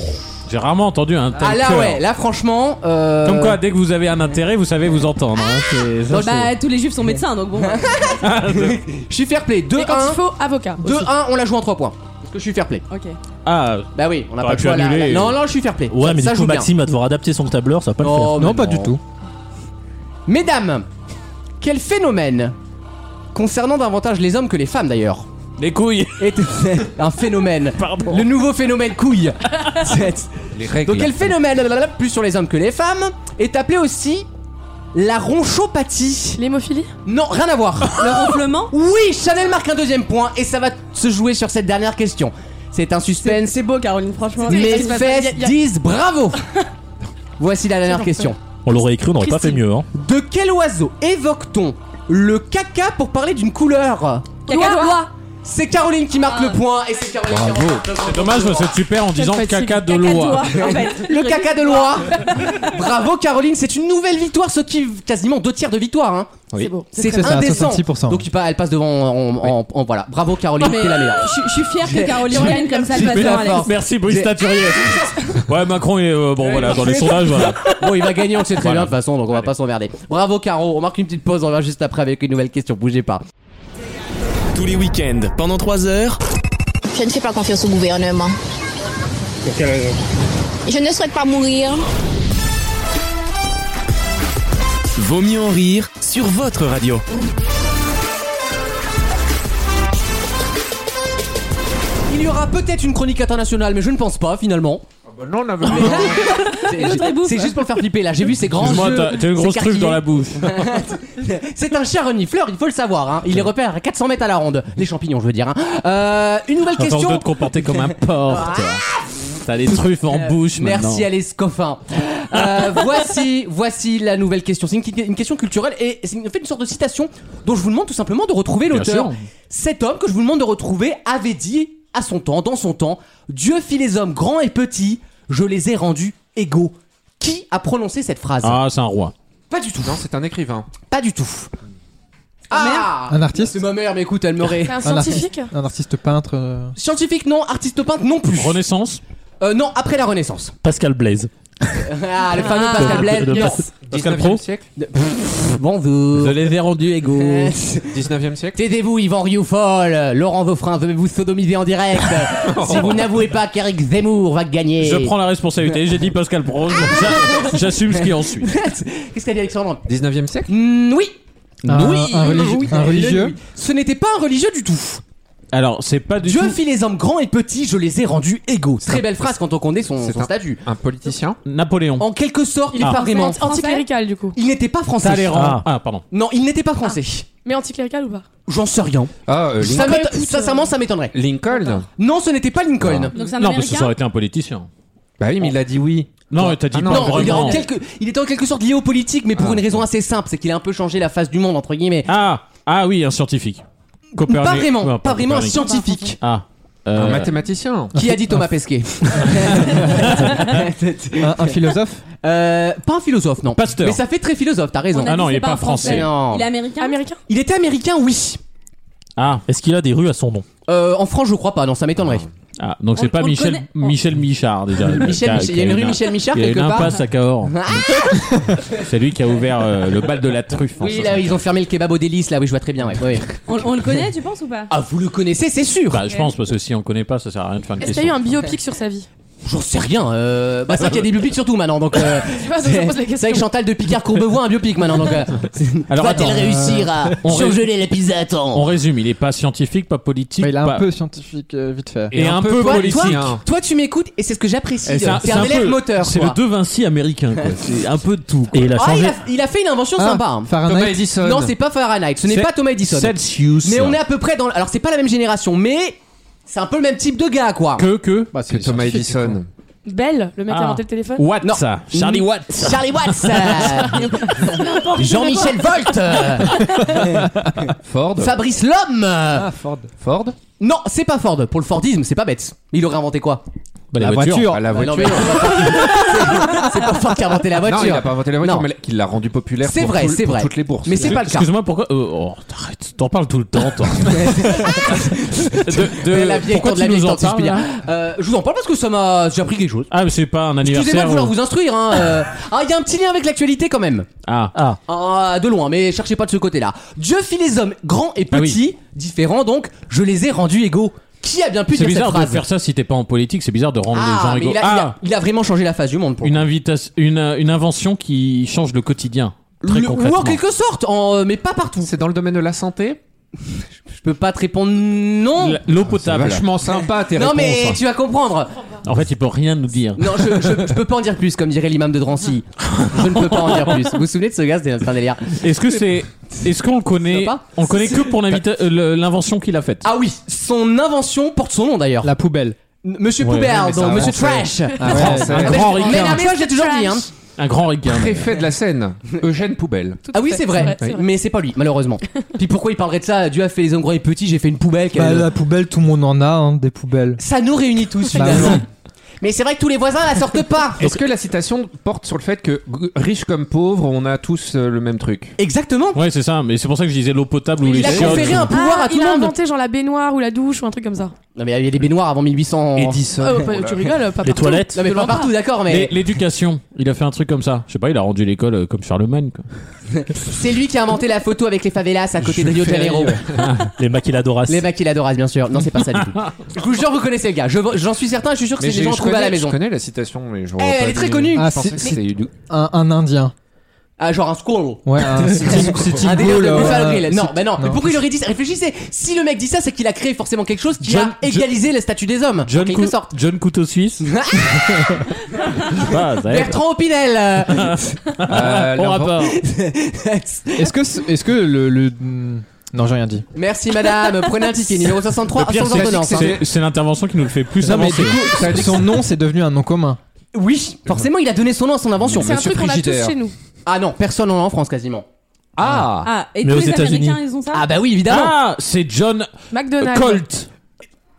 D: J'ai rarement entendu un tel
A: Ah là
D: cœur.
A: ouais, là franchement. euh, Ah.
D: Comme quoi, dès que vous avez un intérêt, vous savez vous entendre. hein. C'est- ça,
E: Bah, tous les juifs sont médecins, donc bon.
A: Je suis fair play.
G: Et quand il
A: 2-1.
G: faut, avocat.
A: 2-1, on la joue en 3 points. Parce que je suis fair play.
E: Ok.
D: c'est- Ah,
A: Bah oui, on n'a
D: T'aurais
A: pas le
D: pu
A: choix là.
D: annuler.
A: là. Non, non, je suis fair play.
B: Ouais,
A: ça,
B: mais
A: ça
B: du
A: joue
B: coup,
A: bien.
B: Maxime va devoir adapter son tableur, ça va pas le
A: Oh,
B: faire.
A: mais
F: Non, pas du tout.
A: Mesdames, quel phénomène concernant davantage les hommes que les femmes d'ailleurs
D: les couilles.
A: est un phénomène.
D: Pardon.
A: Le nouveau phénomène couille. C'est-
C: Les règles.
A: Donc quel phénomène, blablabla, plus sur les hommes que les femmes, est appelé aussi la ronchopathie
G: L'hémophilie
A: Non, rien à voir.
E: Le ronflement
A: Oui, Chanel marque un deuxième point et ça va se jouer sur cette dernière question. C'est un
E: C'est
A: suspense.
E: c'est beau, Caroline, franchement.
A: Mes
G: c'est pas- y a-
A: fesses
G: y a-
A: disent bravo. Voici la dernière question.
B: On l'aurait écrit, on n'aurait pas fait
G: Christine.
B: mieux. Hein.
A: De quel oiseau évoque-t-on le caca pour parler d'une couleur
E: Cacadois
A: C'est Caroline qui
G: Ah.
A: marque le point et c'est Caroline qui remporte le grand
D: Dommage,
A: tour.
D: mais c'est super en disant
G: fatigue.
D: caca de loi.
E: Cacadois, en fait.
A: Le caca de loi. Bravo Caroline, c'est une nouvelle victoire, ce qui quasiment deux tiers de victoire. hein.
C: Oui.
G: C'est beau.
A: C'est
F: C'est ça,
A: indécent.
F: 66%.
A: Donc tu pas- elle passe devant en, en- en- voilà. Bravo Caroline, t'es la meilleure.
E: Je suis- je suis fière que Caroline gagne comme ça le
A: J'ai fait la
E: passant, Alex.
A: force.
D: Merci Brice
A: J'ai-
D: Taturier. Ouais, Macron est euh, bon voilà dans les sondages voilà.
A: Bon, il va gagner, on le sait très bien
D: Voilà.
A: de toute façon, donc on va pas s'emmerder. Bravo Caro, on marque une petite pause, on revient juste après avec une nouvelle question, bougez pas.
H: Tous les week-ends, pendant 3 heures.
K: Je ne fais pas confiance au gouvernement. Je ne souhaite pas mourir.
H: Vaut mieux en rire sur votre radio.
A: Il y aura peut-être une chronique internationale, mais je ne pense pas finalement.
F: Non, non,
A: C'est c'est juste pour le faire flipper là, j'ai vu ces grands
D: Excuse-moi,
A: yeux,
D: t'as t'as une
A: ces
D: grosse truc
A: carquillets.
D: dans la bouche.
A: C'est un chat renifleur, il faut le savoir. hein. Il est repère à 400 mètres à la ronde. Les champignons, je veux dire. hein. Euh, une nouvelle
D: T'as
A: question. Ah.
D: de te comporter comme un porc. toi. T'as les truffes en bouche
A: Euh, Merci
D: maintenant.
A: Alice Coffin. Euh, voici, voici la nouvelle question. C'est une, qui- une question culturelle et c'est une- en fait une sorte de citation dont je vous demande tout simplement de retrouver
D: Bien
A: l'auteur.
D: sûr.
A: Cet homme que je vous demande de retrouver avait dit à son temps, dans son temps, Dieu fit les hommes grands et petits, je les ai rendus égaux. Qui a prononcé cette phrase
D: Ah, c'est un roi.
A: Pas du tout.
C: Non, c'est un écrivain.
A: Pas du tout. Ah
F: Un artiste
A: C'est ma mère, mais écoute, elle m'aurait.
G: Ah,
F: artiste- Un artiste peintre. euh,
A: Scientifique non, artiste peintre non plus.
D: Renaissance
A: Euh, non, après la Renaissance.
B: Pascal Blaise.
A: Ah, le fameux
B: Ah.
A: Pascal Blaise.
B: De- de-
A: non.
B: Pascal Pro
A: 19e siècle Pff, Bonjour.
D: Je les ai rendus égaux.
C: 19e siècle
A: Taisez-vous, Yvan Rioufol, Laurent Vaufrin, venez vous sodomiser en direct. si vous n'avouez pas qu'Éric Zemmour va gagner.
D: Je prends la responsabilité, j'ai dit Pascal Pro, j'a-
A: Ah.
D: j'assume ce qui en suit.
A: Qu'est-ce qu'a dit Alexandre
C: 19e siècle
A: Mm, Oui.
F: Un-
A: oui.
F: un religi-
A: Oui.
F: un religieux
A: Oui. Ce n'était pas un religieux du tout.
D: Alors, c'est pas du
A: Dieu
D: tout.
A: fit les hommes grands et petits, je les ai rendus égaux. Très belle phrase quand on connaît son,
C: C'est
A: son statut.
C: Un politicien
D: Napoléon.
A: En quelque sorte,
G: Il est
A: pas
G: français,
A: vraiment.
G: anti- anticlérical du coup.
A: Il n'était pas français.
D: Talleyrand. Ah. pardon.
A: Non, il n'était pas français.
G: Mais anticlérical ou pas
A: J'en sais rien.
C: Ah, euh,
A: Ça
C: Lincoln.
A: m'éton- Sincèrement, ça m'étonnerait.
C: Lincoln
A: Non, ce n'était pas Lincoln.
E: Donc c'est un
D: Non, parce que
E: américain.
D: ça aurait été un politicien.
C: Bah oui, mais il a dit oui.
D: Non, t'as dit
C: Ah non,
D: pas
A: Non, il est, en
D: vraiment.
A: quelque, il était en quelque sorte lié aux politiques, mais pour une raison assez simple, c'est qu'il a un peu changé la face du monde, entre guillemets.
D: Ah, ah oui, un scientifique.
A: pas
D: Copernic-
A: vraiment,
D: Ouais,
A: pas, vraiment un
D: Copernic.
A: scientifique.
D: Ah.
C: Un
D: euh,
C: mathématicien
A: Qui a dit Thomas Pesquet
F: Un, un philosophe
A: Euh, Pas un philosophe, non.
D: Pasteur.
A: Mais ça fait très philosophe, t'as raison.
E: On a
D: Ah non,
E: dit
D: il
E: c'est
D: est pas
E: un
D: français.
A: Non.
E: Il est américain.
G: Américain
A: Il était américain, oui.
D: Ah,
B: Est-ce qu'il a des rues à son nom
A: Euh, en France, je crois pas, non, ça m'étonnerait.
D: ah, donc
E: On-
D: c'est pas
E: on le
D: Michel,
E: connaît. Oh.
D: Michel Michard déjà.
A: Michel, Michel- il y a une rue Michel Michard
D: Il y a
A: quelque
D: une
A: part. Ah
D: impasse à Cahors. c'est lui qui a ouvert euh, le bal de la truffe. en
A: Oui,
D: 60.
A: là, ils ont fermé le kebab au délice, là, oui, je vois très bien, ouais. ouais.
E: On, on le connaît, tu penses ou pas
A: Ah, vous le connaissez, c'est sûr.
D: Bah, je pense parce que si on connaît pas, ça sert à rien de faire une
G: Est-ce qu'il y a eu
D: question.
G: un biopic sur sa vie
A: J'en sais rien. Euh... Bah, c'est vrai qu'il y a des biopics surtout maintenant, donc. euh,
G: Tu vois, ça
A: C'est
G: ça pose la
A: c'est vrai que
G: question.
A: Chantal de Picard Courbevoie a un biopic maintenant, donc. euh,
D: Alors
A: Va-t-elle
D: attends,
A: réussir à
D: on ré-
A: surgeler la pizza à temps
D: on résume, il est pas scientifique, pas politique,
F: Ouais, bah, Il est un
D: pas-
F: peu scientifique, euh, vite fait.
D: et un peu
A: toi,
D: politique. hein.
A: toi, toi, tu m'écoutes et c'est ce que j'apprécie.
D: Et
A: hein. C'est un, élève
D: peu-
A: moteur.
D: C'est
A: quoi.
D: le De Vinci américain. quoi. C'est un peu de tout.
B: Et il a
A: Ah, il,
B: changé.
A: a, il a fait une invention
F: Ah,
A: sympa. hein.
C: Thomas
F: Fahrenheit.
C: Edison.
A: Non, c'est pas Fahrenheit. Ce n'est
D: C'est-
A: pas Thomas Edison.
D: Celsius.
A: Mais on est à peu près dans. Alors, c'est pas la même génération, mais c'est un peu le même type de gars, quoi.
D: que que
F: Bah,
C: C'est Thomas Edison.
G: Belle, le mec qui a
D: Ah.
G: inventé le téléphone.
D: Watt.
A: Non.
D: ça. Charlie
A: Mm.
D: Watt.
A: Charlie Watts. euh, Jean-Michel Volt. euh,
C: Ford
A: Fabrice Lhomme. euh,
F: Ah, Ford.
C: Ford
A: Non, c'est pas Ford. Pour le Fordisme, c'est pas bête. Il aurait inventé quoi
D: Bah,
F: La voiture.
C: Ah, la
A: Bah, non,
C: voiture.
A: mais- C'est pas Ford qui a inventé la voiture.
C: Non, il a pas inventé la voiture,
A: Non.
C: mais il l'a rendu populaire
A: C'est
C: pour,
A: vrai,
C: tout-
A: c'est
C: pour
A: vrai.
C: toutes les bourses.
A: Mais c'est
C: Il a-
A: pas Ah, le cas.
D: Excuse-moi, pourquoi euh, Oh, t'arrêtes, t'en parles tout le temps, toi. de, de-
A: Mais la vieille
D: pourquoi
A: tante, la
D: tu
A: vieille
D: nous en
A: tante, si je puis
D: parles
A: dire.
D: là
A: Euh, Je vous en parle parce que ça m'a. J'ai appris quelque chose.
D: Ah, mais c'est pas un
A: Excusez-moi
D: anniversaire.
A: de vouloir
D: ou-
A: vous instruire. Hein. euh. Ah, il y a un petit lien avec l'actualité quand même.
D: Ah,
B: Ah,
A: Ah, de loin, mais cherchez pas de ce côté-là. Dieu fit les hommes grands et petits,
D: Ah oui.
A: différents donc, je les ai rendus égaux. Qui a bien pu
D: c'est
A: dire cette
D: bizarre de
A: phrase
D: faire ça si t'es pas en politique. C'est bizarre de rendre les
A: Ah,
D: gens
A: mais
D: égaux.
A: il a, il a-
D: Ah,
A: il a vraiment changé la face du monde pour
D: une invitation, une, euh, une invention qui change le quotidien.
A: le-
D: Très
A: ou en
D: concrètement.
A: quelque sorte, en, euh, mais pas partout.
C: C'est dans le domaine de la santé
A: Je peux pas te répondre non.
D: L- L'eau
C: C'est
D: potable.
C: vachement sympa tes
A: Non
C: réponses.
D: hein.
A: mais tu vas comprendre.
D: En fait, il peut rien nous dire.
A: Non, je, je- je peux pas en dire plus, comme dirait l'imam de Drancy. Je ne peux pas en dire plus. Vous vous souvenez de ce gars, c'était un délire.
D: Est-ce que c'est, est-ce qu'on le connaît,
A: Sympa.
D: on le connaît que pour l'invita- euh, le- l'invention qu'il a faite.
A: Ah oui, son invention porte son nom d'ailleurs.
F: La poubelle.
A: N- Monsieur
D: Ouais,
A: Poubelle,
C: mais ça
A: donc Monsieur
C: avance,
A: Trash.
F: Ah, ouais, c'est-
D: Un grand
A: mais
D: ricain.
A: la fois, j'ai toujours dit. Hein.
D: Un grand ricain.
C: Préfet de la Seine, Eugène Poubelle.
G: Tout à
A: Ah oui,
G: fait,
A: c'est vrai.
G: c'est vrai.
A: Mais c'est pas lui, malheureusement. Puis pourquoi il parlerait de ça Dieu a fait les hommes grands et petits, j'ai fait une poubelle. qu'elle-
F: Bah, la poubelle, tout le monde en a, hein, des poubelles.
A: Ça nous réunit tous
F: Bah,
A: finalement. Mais c'est vrai que tous les voisins la sortent pas.
C: Est-ce que la citation porte sur le fait que g- riche comme pauvre, on a tous euh, le même truc
A: Exactement.
D: Ouais, c'est ça. Mais c'est pour ça que je disais l'eau potable ou les
A: Il a
D: chiottes.
A: conféré un pouvoir
G: Ah,
A: à tout
G: il
A: le
G: a
A: monde.
G: inventé genre la baignoire ou la douche ou un truc comme ça.
A: Non mais il y a des baignoires avant 1800.
C: Edison.
G: Ah, ouais, pas- tu rigoles, pas
B: les
G: partout.
B: toilettes.
A: Non mais pas partout, d'accord.
D: L'é-
A: Mais
D: L'éducation, il a fait un truc comme ça. Je sais pas, il a rendu l'école euh, comme Charlemagne. Quoi.
A: c'est lui qui a inventé la photo avec les favelas à côté de Rio de Janeiro.
B: Les maquiladoras.
A: Les maquiladoras, bien sûr. Non, c'est pas ça du tout. Je vous jure, vous connaissez le gars. Je- J'en suis certain. Je suis sûr que
C: Mais
A: c'est des
C: j'ai-
A: gens
C: je
A: trouvés à la
C: connais, je
A: maison.
C: connais la citation, mais je
A: Eh, elle est très connue.
F: Ah,
C: Ah,
F: c'est-
C: c'est
F: Un, un indien.
A: Ah, genre un scroll.
F: Ouais, un
A: Ah, Un délire de Buffalo Grill. Non,
F: mais
A: mais non. Mais
F: non.
A: pourquoi il aurait dit ça Réfléchissez. Si le mec dit ça, c'est qu'il a créé forcément quelque chose qui
D: John-
A: a égalisé le statut des hommes. en
D: John,
A: quelque
D: Cou-
A: sorte.
D: John Couteau Suisse. Ah, ça aide.
A: Bertrand Opinel. euh,
C: Ah,
D: Au rapport.
F: Est-ce que, c'est- est-ce que le, le- hmm, Non, j'ai rien dit.
A: Merci madame. Prenez un ticket numéro 63
D: Le pire,
A: sans
D: c'est-
A: ordonnance. hein.
D: C'est c'est l'intervention qui nous le fait plus
F: Non, mais
D: avancer.
F: du coup, son nom, c'est devenu un nom commun.
A: Oui, forcément, il a donné son nom à son invention.
C: C'est un Monsieur truc qu'on a tous Frigidaire. chez nous.
A: Ah non, personne en a en France quasiment. Ah
E: Ah, et tous les Américains, ils ont ça
A: Ah bah oui, évidemment.
D: Ah, c'est John
E: McDonald's.
D: Colt.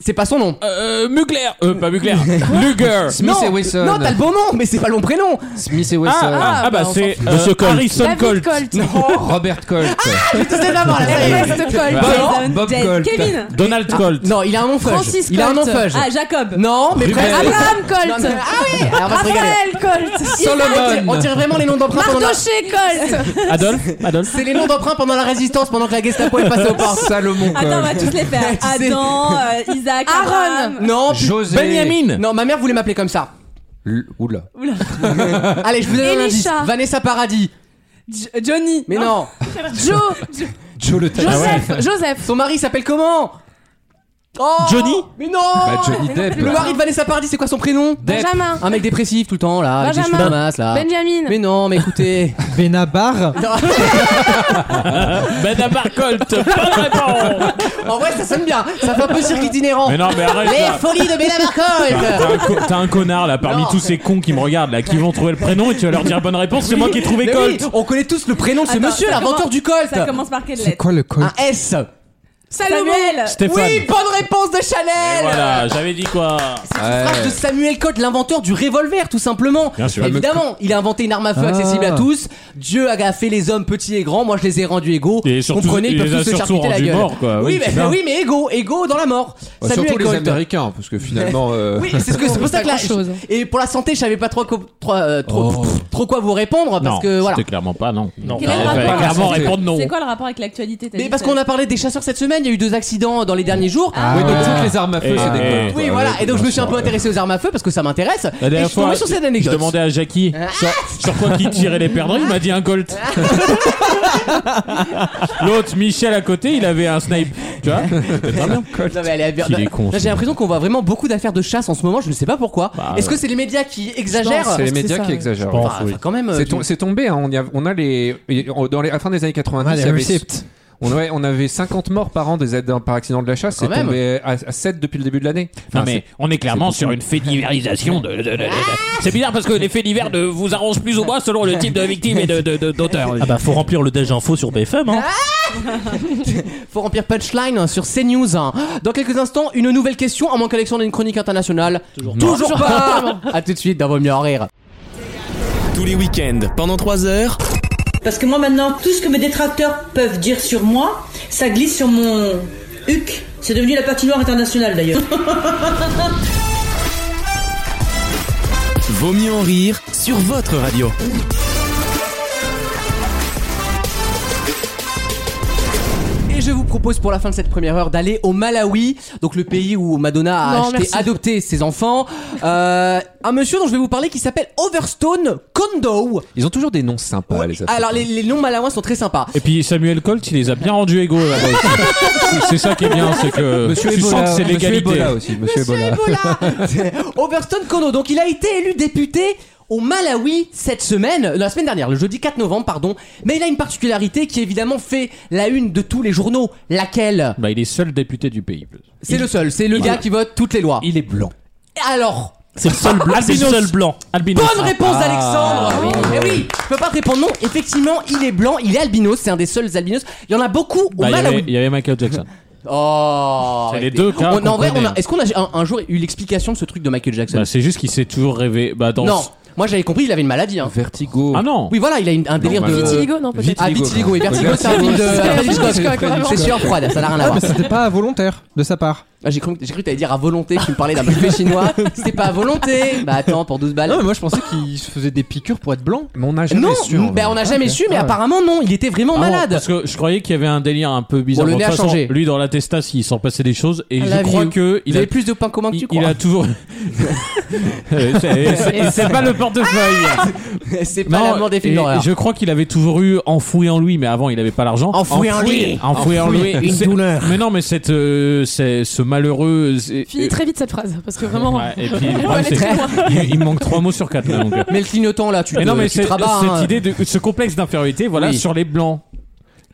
A: C'est pas son nom.
D: Euh, Mugler. Euh, pas Mugler. Luger.
C: Smith
A: non,
C: et Wesson.
A: Non, t'as le bon nom, mais c'est pas le bon prénom.
C: Smith et Wesson.
D: Ah, ah, ah, bah c'est euh,
C: Monsieur Colt.
D: Harrison
G: David
D: Colt.
G: Colt.
C: Robert Colt.
A: Je te sais d'abord, là, ça y est.
G: Eh,
E: Ernest Colt,
C: Bob-
E: Jason,
C: Bob
E: Ted,
C: Colt.
E: Kevin.
D: Donald Colt.
A: Non, il a un nom fudge.
G: Francis
A: il a un nom
G: Colt.
A: fudge.
E: Ah, Jacob.
A: Non, mais presque.
G: Abraham
A: Non, non,
G: Colt.
A: Ah oui, alors on va se régaler.
G: Raphaël Colt.
A: Solomon. On tire vraiment les noms d'emprunt pendant la...
G: Mardoché Colt.
D: Adolphe. Adolphe.
A: C'est les noms d'emprunt pendant la résistance, pendant que la Gestapo est passée aux portes.
C: Salomon
E: Attends, on
C: Colt.
E: va tous les faire.
A: Tu sais.
E: Adam, euh, Isaac,
G: Aaron.
E: Abraham.
A: Non, pu-
C: José.
D: Benjamin.
A: non, ma mère voulait m'appeler comme ça.
C: L- Oula.
A: Allez, je vous donne un indice.
G: Elisha. euh,
A: Vanessa Paradis.
E: J- Johnny.
A: Mais non.
G: Joe. Jo-
C: Joe le Tati.
G: Joseph. Joseph.
A: Son mari s'appelle comment Oh
D: Johnny
A: Mais non
C: Bah, Johnny Depp.
A: Le mari de Vanessa Paradis, c'est quoi son prénom
G: Benjamin.
A: Un mec dépressif tout le temps là, avec des
G: Benjamin. Ben.
A: cheveux en masse, là.
G: Benjamin.
A: Ah. Mais non, mais écoutez.
F: Benabar.
A: Non.
D: Benabar Euh, Colt. Bonne réponse.
A: en vrai, ça sonne bien. Ça fait un peu cirque itinérant.
D: Mais non, mais arrête.
A: Les
D: là.
A: folies de Béla Marcotte
D: T'as un co- T'as un connard là parmi
A: Non.
D: tous ces cons qui me regardent là qui vont trouver le prénom et tu vas leur dire bonne réponse c'est moi qui ai trouvé
A: Mais
D: Colt
A: oui, on connaît tous le prénom de ce
E: Attends,
A: monsieur,
E: ça
A: l'inventeur
E: commence-
A: du Colt.
E: Ça commence par quelle
F: C'est
E: lettre
F: quoi le Colt
A: Un S.
E: Samuel.
D: Stéphane
A: Oui, bonne réponse de
D: Et
A: Chanel. Euh,
D: voilà j'avais dit quoi
C: Ouais.
A: Phrase de Samuel Colt, l'inventeur du revolver, tout simplement.
D: Bien sûr.
A: Évidemment, il a inventé une arme à feu
F: Ah.
A: accessible à tous. Dieu a fait les hommes petits et grands. Moi, je les ai rendus égaux.
D: Et surtout,
A: Comprenez, ils
D: il
A: peuvent
D: les a
A: tous se
D: surtout
A: charcuter la
D: rendus
A: gueule.
D: morts, quoi.
A: Oui,
D: Oui,
A: mais,
D: c'est bien.
A: oui, mais égaux, égaux dans la mort.
C: Bah,
A: Samuel
C: surtout les
A: Colt.
C: Américains, parce que finalement. euh,
A: Oui, c'est ce que c'est pour ça que là.
G: Pas grand-chose.
A: Et pour la santé, je savais pas trop, co- trop, euh, trop,
C: Oh.
A: trop quoi vous répondre parce
D: non
A: que voilà.
D: c'était clairement pas non non
E: Quel est le
D: fallait
E: rapport
D: clairement
C: à la santé
D: répondre non
E: C'est quoi le rapport avec l'actualité t'as
A: Mais
E: dit
A: parce
E: ça
A: qu'on a parlé des chasseurs cette semaine, il y a eu deux accidents dans les derniers jours.
C: Oui, donc
F: Ah.
C: toutes les armes à feu,
D: Et-
C: c'est des
D: et-
C: Colts, quoi.
A: Oui, voilà. Et donc je me suis un peu intéressé aux armes à feu parce que ça m'intéresse. Et je suis tombé sur cette
D: je
A: anecdote. Ah.
D: demandais à Jackie sur, sur quoi qui tirait les perdants il m'a dit un Colt l'autre Michel à côté il avait un snipe tu vois C'est très bien.
A: Non, mais elle est aberrante.
D: Qu'il est con,
A: Là,
D: ce
A: j'ai l'impression qu'on voit vraiment beaucoup d'affaires de chasse en ce moment, je ne sais pas pourquoi.
D: Bah,
A: Est-ce que
D: ouais.
A: c'est les médias qui exagèrent
C: C'est les
G: c'est
C: médias
G: ça,
C: qui
G: ouais.
C: exagèrent.
D: Je pense.
A: Enfin, enfin, quand même. euh,
C: C'est
A: tu-
C: tom- c'est tombé, hein, on, y a, on a les. y- on- Dans les, à la fin des années 90, il y avait- on, ouais, on avait 50 morts par an des aides par accident de la chasse,
A: Quand
C: c'est
A: même.
C: tombé à, 7 depuis le début de l'année.
D: Non
C: Enfin,
D: mais on est clairement
C: c'est
D: sur une fédiverisation de. de- de- de- de- C'est bizarre parce que les faits divers ne vous arrangent plus ou moins selon le type de victime et de- de- de- d'auteur.
B: Ah bah faut remplir le déj info sur BFM. Hein.
A: Faut remplir punchline hein, sur CNews. hein. Dans quelques instants, une nouvelle question, à moins qu'Alexandre ait une chronique internationale. Toujours, pas. à tout de suite dans Vaut mieux en rire.
H: Tous les week-ends, pendant 3 heures.
L: Parce que moi maintenant, tout ce que mes détracteurs peuvent dire sur moi, ça glisse sur mon huc. C'est devenu la patinoire internationale d'ailleurs.
H: Vaut mieux en rire sur votre radio.
A: Et je vous propose pour la fin de cette première heure d'aller au Malawi, donc le pays où Madonna a
G: Non,
A: acheté-
G: merci.
A: adopté ses enfants. Euh, un monsieur dont je vais vous parler qui s'appelle Overstone Kondo.
C: Ils ont toujours des noms sympas, les Africains.
A: Alors les, les noms malawais sont très sympas.
D: Et puis Samuel Colt, il les a bien rendus égaux là-bas aussi. C'est ça qui est bien, c'est que
C: Monsieur
D: tu sens que
C: Ebola,
D: c'est
C: Monsieur
D: l'égalité.
C: Ebola aussi, Monsieur, Ebola.
A: Overstone Kono, donc il a été élu député au Malawi cette semaine, euh, la semaine dernière, le jeudi 4 novembre, pardon. Mais il a une particularité qui évidemment fait la une de tous les journaux, laquelle
D: Bah, il est seul député du pays.
A: C'est le seul, c'est le gars qui vote toutes les lois.
D: Il est blanc.
A: Alors,
B: C'est le seul blanc. C'est le seul blanc.
D: Albinos. Bah,
A: bonne réponse d'Alexandre Eh oui, je peux pas te répondre non, effectivement, il est blanc, il est albinos, c'est un des seuls albinos. Il y en a beaucoup au
D: Bah, il, y avait,
A: Malawi.
D: il y avait Michael Jackson.
A: Oh
D: C'est les
A: arrêtez.
D: deux cas
A: On-
D: qu'on
A: en vrai, on a-
D: connaît.
A: est-ce qu'on a un, un jour eu l'explication de ce truc de Michael Jackson
D: Bah, c'est juste qu'il s'est toujours rêvé. Bah, dans...
A: Non, moi j'avais compris, il avait une maladie. hein.
C: Vertigo.
D: Ah non
A: Oui, voilà, il a une- un délire
C: bah,
A: de.
G: Vitiligo, non, peut-être.
A: Ah, vitiligo et vertigo, c'est un film de
F: C'est
A: Alfred
G: Hitchcock,
A: Hitchcock.
G: vraiment.
A: C'est sûr, froide, ça n'a rien à
F: Ah, mais
A: voir.
F: c'était pas volontaire de sa part.
A: Ah, J'ai cru, j'ai cru que t'allais dire à volonté, tu me parlais d'un buffet chinois. C'était pas à volonté. Bah attends, pour 12
F: Non,
A: balles.
F: mais moi je pensais qu'il se faisait des piqûres pour être blanc.
C: Ah, Mais on n'a jamais
A: Non,
C: su. en
A: bah
C: vrai.
A: on n'a jamais
F: ok.
A: su, mais
F: Ah ouais.
A: apparemment non, il était vraiment
D: Ah bon,
A: malade.
D: parce que je croyais qu'il y avait un délire un peu bizarre.
A: Bon, le
D: Bon, de
A: nez a
D: toute façon,
A: changé.
D: Lui, dans la testa, il s'en passait des choses. Et
A: I
D: je
A: love
D: crois
A: you.
D: que
A: Il
D: il a
A: avait plus de pain commun que
D: il,
A: tu
D: il
A: crois.
D: a toujours. Euh, c'est- c'est c'est pas le portefeuille.
A: C'est pas l'amour des films
D: et-
A: d'horreur.
D: Je crois qu'il avait toujours eu enfoui en lui, mais avant il avait pas l'argent.
A: Enfoui en lui.
D: enfoui en lui.
A: Une
D: C'est-
A: douleur.
D: Mais non, mais cette, euh, c'est- ce malheureux. c'est- euh,
G: Finis très vite cette phrase parce que vraiment.
D: Ouais, et puis,
G: on va
D: bravo,
G: aller
D: c'est-
G: très loin.
D: il, il me manque trois mots sur quatre. là, donc.
A: Mais le clignotant là, tu
D: Mais
A: te,
D: non, mais
A: tu te
D: c'est-
A: rabats,
D: cette
A: hein.
D: idée de ce complexe d'infériorité, voilà,
A: Oui.
D: sur les blancs.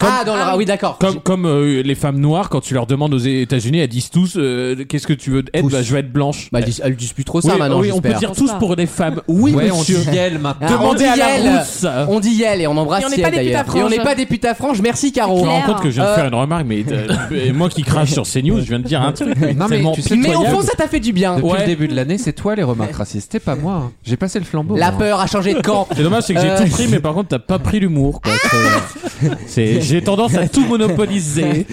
A: ah, dans le ah oui, d'accord.
D: Comme, comme euh, les femmes noires, quand tu leur demandes aux États-Unis, elles disent tous euh, Qu'est-ce que tu veux être Bah, je vais être blanche.
A: Bah, elles, disent- elles disent plus trop ça
D: Oui,
A: maintenant.
D: oui, on peut
A: j'espère.
D: dire tous pour des femmes. Oui,
A: Ouais, on
D: monsieur.
A: dit Yel
D: maintenant.
A: Ah, on dit Ah.
D: Demandez à la
A: Yel.
D: rousse.
A: On dit Yel et on embrasse
D: Et on n'est
A: Yel,
D: pas des putes à
A: d'ailleurs.
D: franges.
A: Et on n'est pas des putes à franges. Merci Caro.
D: Je me rends compte que je viens de
A: Euh,
D: faire une remarque, mais euh, moi qui crache sur CNews, je viens de dire un truc. mais
C: Non, mais
D: tellement
C: tu sais,
D: pitoyable.
C: toi, Yann,
A: fait du bien.
C: Depuis
D: Ouais.
C: le début de l'année, c'est toi les remarques racistes, c'est pas moi. hein. J'ai passé le flambeau.
A: La
C: moi.
A: peur a changé de camp.
D: C'est dommage, c'est que j'ai
A: Euh,
D: tout pris, mais par contre, t'as pas pris l'humour. quoi. C'est- c'est- J'ai tendance à tout monopoliser.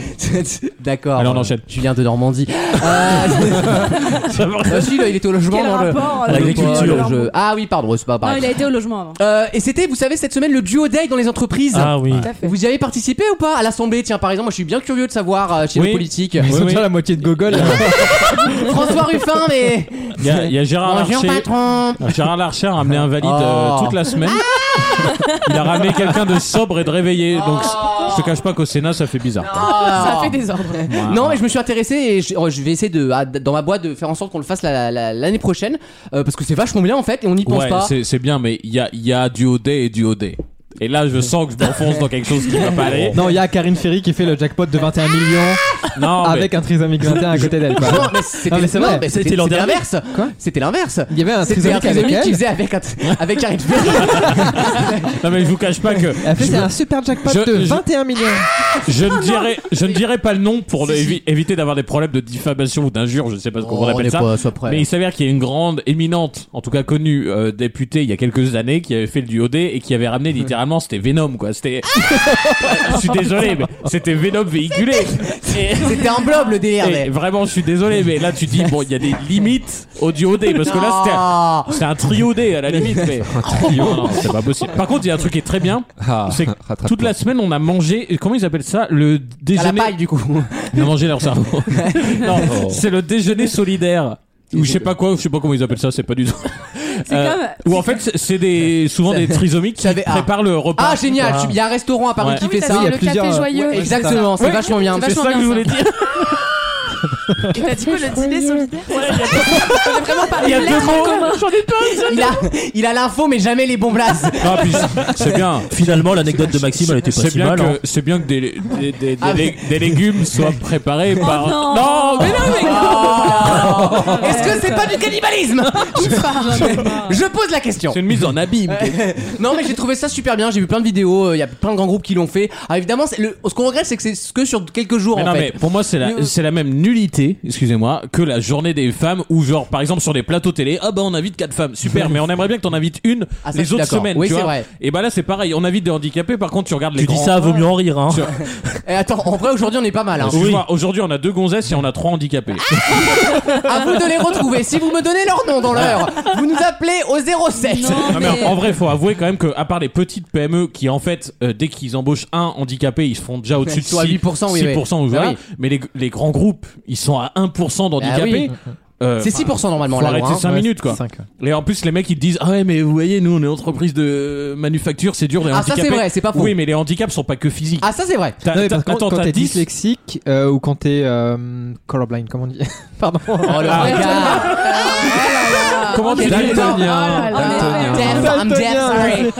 A: D'accord.
D: Allez, on enchaîne.
A: Tu viens de Normandie. Euh, si, là, il était au logement
E: Quel
A: dans le-
E: rapport,
A: dans le-
D: l'agriculture.
A: dans le jeu. Ah oui, pardon, c'est pas
E: Non,
A: pareil.
E: il a été au logement avant.
A: Euh, et c'était, vous savez, cette semaine le duo day dans les entreprises.
B: Ah oui.
G: Tout à fait.
A: Vous y avez participé ou pas à l'Assemblée Tiens, par exemple, moi je suis bien curieux de savoir euh, chez
D: Oui.
A: les politiques.
F: Ils
D: Oui,
F: sont
D: oui.
F: déjà la moitié de Gogol.
A: François Ruffin, mais.
D: Il y, a- il y a Gérard
A: Bonjour
D: Larcher.
A: patron
D: Gérard Larcher a ramené un valide euh,
A: Oh.
D: toute la semaine. Il a ramené quelqu'un de sobre et de réveillé. Donc, je te cache pas qu'au Sénat, ça fait bizarre.
A: Ah.
G: Ça fait des ordres.
A: Non, mais je me suis intéressé et je, oh, je vais essayer de, à- dans ma boîte de faire en sorte qu'on le fasse la- la- l'année prochaine euh, parce que c'est vachement bien en fait et on n'y pense
D: Ouais,
A: pas.
D: c'est- c'est bien, mais il y a, il y a du OD et du OD. Et là, je sens que je m'enfonce dans quelque chose qui va pas aller.
F: Non, il y a Karine Ferry qui fait le jackpot
D: Ah.
F: de 21 millions
D: Non, mais-
F: avec un trisomique 21 à côté d'elle. quoi.
A: Non, mais c'était
F: Oh, Non, mais c'est
A: non,
F: vrai.
A: mais
F: C'était
A: c'était-
F: l'an
A: c'était
F: dernier.
A: l'inverse.
F: Quoi
A: C'était l'inverse.
F: Il y avait un
A: C'était un
F: trisomique avec
A: trisomique qui
F: elle.
A: faisait avec, un- avec Karine Ferry.
D: Non, mais je vous cache pas que.
F: Elle fait
D: je-
F: c'est un super jackpot
D: je-
F: de
D: je-
F: 21 millions.
D: Je ne dirai, je ne dirai pas le nom pour le- évi- éviter d'avoir des problèmes de diffamation ou d'injure, je ne sais pas ce qu'on
A: Oh, on
D: appelle
A: est
D: ça.
A: pas- sois prêt.
D: Mais il s'avère qu'il y a une grande, éminente, en tout cas connue, euh, députée il y a quelques années qui avait fait le duo D et qui avait ramené littéralement, c'était Venom quoi. C'était,
A: Ah
D: je suis désolé, mais c'était Venom véhiculé. Et,
A: C'était un blob le délire.
D: et
A: mais-
D: vraiment, je suis désolé, mais là tu dis bon, il y a des limites au duo D parce que là c'était, un-
A: Ah.
D: c'est un trio D à la limite. Mais... Non, non, c'est pas possible. Par contre, il y a un truc qui est très bien.
C: Ah,
D: C'est que
C: rattrape-toi.
D: toute la semaine, on a mangé. Comment ils appellent ça Le
A: à la
D: déjeuner.
A: paille du coup.
D: On a mangé leur cerveau. non, c'est le déjeuner solidaire. Ou je sais pas quoi, je sais pas comment ils appellent ça, c'est pas du tout. Euh,
E: comme-
D: Ou en fait, c'est- c'est des souvent des trisomiques qui
A: J'avais- ah.
D: préparent le repas.
A: Ah génial,
D: Voilà.
A: tu- il y a un restaurant à Paris
D: Ouais.
A: qui
G: Ah oui,
A: fait
G: t'as
A: ça.
G: dit
F: Il y a
G: le
F: plusieurs,
G: café
F: euh,
G: joyeux.
F: ouais,
A: Exactement, c'est vachement bien.
D: C'est ça que je voulais dire.
G: Et t'as dit quoi le dîner solidaire On a vraiment parlé
D: Il y a
G: de
D: deux
G: lettres en
D: mots.
G: commun.
A: Il a, il a l'info mais jamais les bons places.
D: Ah, puis c'est bien.
B: Finalement, l'anecdote de Maxime, elle était pas
D: C'est
B: si
D: bien
B: mal.
D: que
B: hein.
D: c'est bien que des, des, des- des-
A: Ah,
D: des- des légumes soient préparés
A: Bah,
D: par.
E: Ah, Oh non. Oh.
D: mais non, mais
A: Oh. Est-ce que c'est pas du cannibalisme Je pose la question.
D: c'est une mise en abîme.
A: non mais j'ai trouvé ça super bien, j'ai vu plein de vidéos, euh, il y a plein de grands groupes qui l'ont fait. Ah, évidemment, c'est le- ce qu'on regrette c'est que c'est ce que sur quelques jours
D: Mais
A: en
D: non,
A: fait.
D: mais pour moi, c'est la,
A: Mais-
D: c'est la même nullité, excusez-moi, que la journée des femmes où, genre, par exemple, sur des plateaux télé, ah bah on invite quatre femmes, super, mais on aimerait bien que t'en invites une
A: Ah, ça, je
D: les
A: suis
D: autres
A: d'accord.
D: semaines,
A: Oui,
D: tu
A: c'est
D: vois.
A: vrai.
D: Et bah là, c'est pareil, on invite des handicapés, par contre, tu regardes les
B: Tu dis
D: grands-
B: ça, vaut mieux en rire. Hein.
A: Eh, attends, en vrai aujourd'hui on est pas mal hein.
D: Excuse-moi, aujourd'hui, on a deux gonzesses et on a trois handicapés.
A: À vous de les retrouver. Si vous me donnez leur nom dans l'heure, vous nous appelez au 07.
D: Non, mais en vrai, faut avouer quand même que, à part les petites PME qui, en fait, euh, dès qu'ils embauchent un handicapé, ils se font déjà au-dessus de
A: Ils sont à
D: 6%,
A: 8%, oui, oui.
D: 6%
A: Ah
D: aujourd'hui.
A: oui.
D: Mais les, les grands groupes, ils sont à 1% d'handicapés. Euh,
A: Ah C'est 6% normalement
D: Faut
A: là.
D: arrêter
A: hein.
D: 5 minutes quoi.
F: cinq,
D: Et en plus les mecs ils te disent ah ouais mais vous voyez nous on est entreprise de manufacture c'est dur les
A: Ah, ça,
D: handicapés.
A: c'est vrai, c'est pas faux.
D: Oui mais les handicaps sont pas que physiques.
A: Ah ça c'est vrai.
D: T'as-
F: Non, mais
D: t'as-
F: par contre,
D: attends
F: quand
D: t'as
F: t'es
D: 10
F: dyslexique euh, ou quand t'es euh, colorblind, comment on dit Pardon.
A: Oh le
D: Ah.
A: regard. Ah,
D: comment tu dis
A: Oh,
G: là là.
A: I'm
G: Daltonien.
A: deaf, I'm deaf,
F: Daltonien.
A: sorry.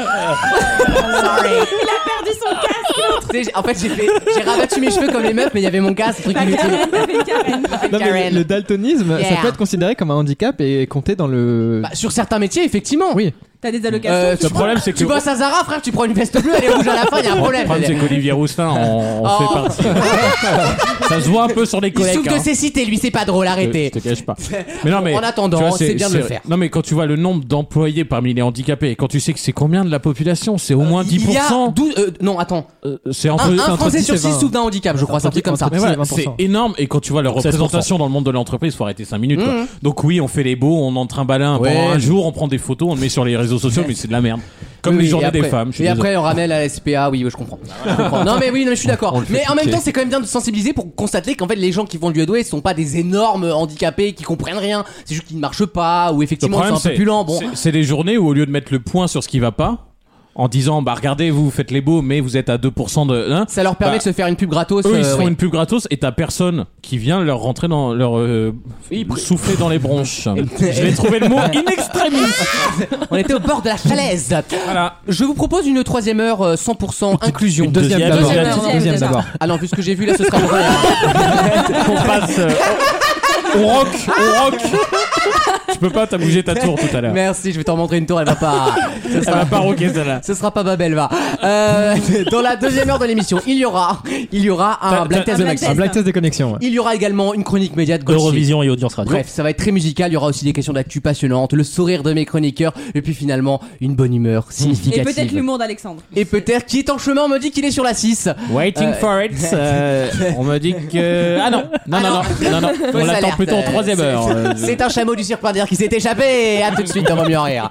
A: Sorry. Il a perdu son casque. en fait, j'ai fait, j'ai rabattu mes cheveux comme les meufs, mais il y avait mon casque, truc inutile.
E: Karen, t'as fait Karen.
F: Ah, Non, mais
A: Karen.
F: le daltonisme, ça
A: Yeah.
F: peut être considéré comme un handicap et compté dans le.
A: Bah, sur certains métiers, effectivement.
F: oui.
E: T'as des allocations.
A: Euh,
D: Le problème c'est que
A: tu bosses à Zara, frère, tu prends une veste bleue, elle est rouge à la fin, il y a un
D: le
A: problème.
D: problème c'est qu'Olivier Roustin on, on
A: Oh.
D: fait partie. ça se voit un peu sur les
A: Il
D: collègues.
A: souffre
D: hein. Euh,
A: de cécité, lui, c'est pas drôle, arrêtez.
D: Je te cache pas. Mais non, mais,
A: En attendant,
D: tu vois,
A: c'est bien de le faire.
D: Non, mais quand tu vois le nombre d'employés parmi les handicapés, et quand tu sais que c'est combien de la population, c'est au moins
A: Il y a
D: 10%.
A: 12, euh, non, attends.
D: euh, C'est
A: Un,
D: entre,
A: un
D: c'est entre
A: Français
D: 10
A: sur
D: et
A: 6
D: 20.
A: souffre d'un handicap, je crois, c'est un truc comme ça.
D: Mais voilà, c'est
F: 20%.
D: énorme. Et quand tu vois leur
B: 16%.
D: représentation dans le monde de l'entreprise, faut arrêter 5 minutes. quoi.
A: Mhm.
D: Donc oui, on fait les beaux, on entre un balin
A: Ouais.
D: pendant un jour, on prend des photos, on le met sur les réseaux sociaux, mais c'est de la merde. Comme
A: Oui,
D: les
A: oui,
D: journées
A: et après-
D: des femmes. je suis
A: Et
D: désolé.
A: après, on ramène à la SPA, oui, oui, je comprends. Je comprends. Non, mais oui, non, mais je suis d'accord. Mais en même temps, c'est quand même bien de sensibiliser pour constater qu'en fait, les gens qui vont du Headway sont pas des énormes handicapés qui comprennent rien. C'est juste qu'ils ne marchent pas ou
D: Le
A: effectivement,
D: problème,
A: ils sont un peu
D: c'est
A: plus lents. Bon.
D: c'est- c'est des journées où au lieu de mettre le point sur ce qui va pas, en disant bah regardez vous faites les beaux mais vous êtes à 2% de hein,
A: ça leur permet
D: bah,
A: de se faire une pub gratos.
D: eux
A: euh,
D: ils se font
A: oui.
D: une pub gratos et t'as personne qui vient leur rentrer dans leur euh, souffler dans les bronches je vais trouver le mot in extremis
A: On était au bord de la falaise. Je vous propose une troisième heure euh, 100% inclusion.
B: Une deuxième Deuxième, d'abord. deuxième,
A: heure.
B: deuxième d'abord.
A: Ah non, vu ce que j'ai vu là, ce sera pour
D: on passe euh, on rock on rock je peux pas t'as bougé ta tour tout à l'heure
A: Merci, je vais t'en montrer une tour, elle va pas.
D: Elle va pas rocker, celle-là.
A: Ce sera pas Babel, va. Euh, dans la deuxième heure de l'émission, il y aura, il y aura un black test de
F: Un black test des connexions. ouais.
A: Il y aura également une chronique média de Gauthier.
B: Eurovision et audience radio.
A: Bref, ça va être très musical. Il y aura aussi des questions d'actu passionnantes, le sourire de mes chroniqueurs, et puis finalement une bonne humeur
E: Et
A: significative.
E: peut-être l'humour d'Alexandre.
A: Et peut-être qui est en chemin, on me dit qu'il est sur la 6.
D: Waiting for it. euh, on me dit que. Ah non, non, non, non, non, non. on
A: Fausse
D: l'attend
A: alerte.
D: plutôt en
A: Euh,
D: troisième
A: c'est-
D: heure.
A: C'est un chameau du cirque qui s'est échappé. À tout de suite dans Vaut mieux en rire.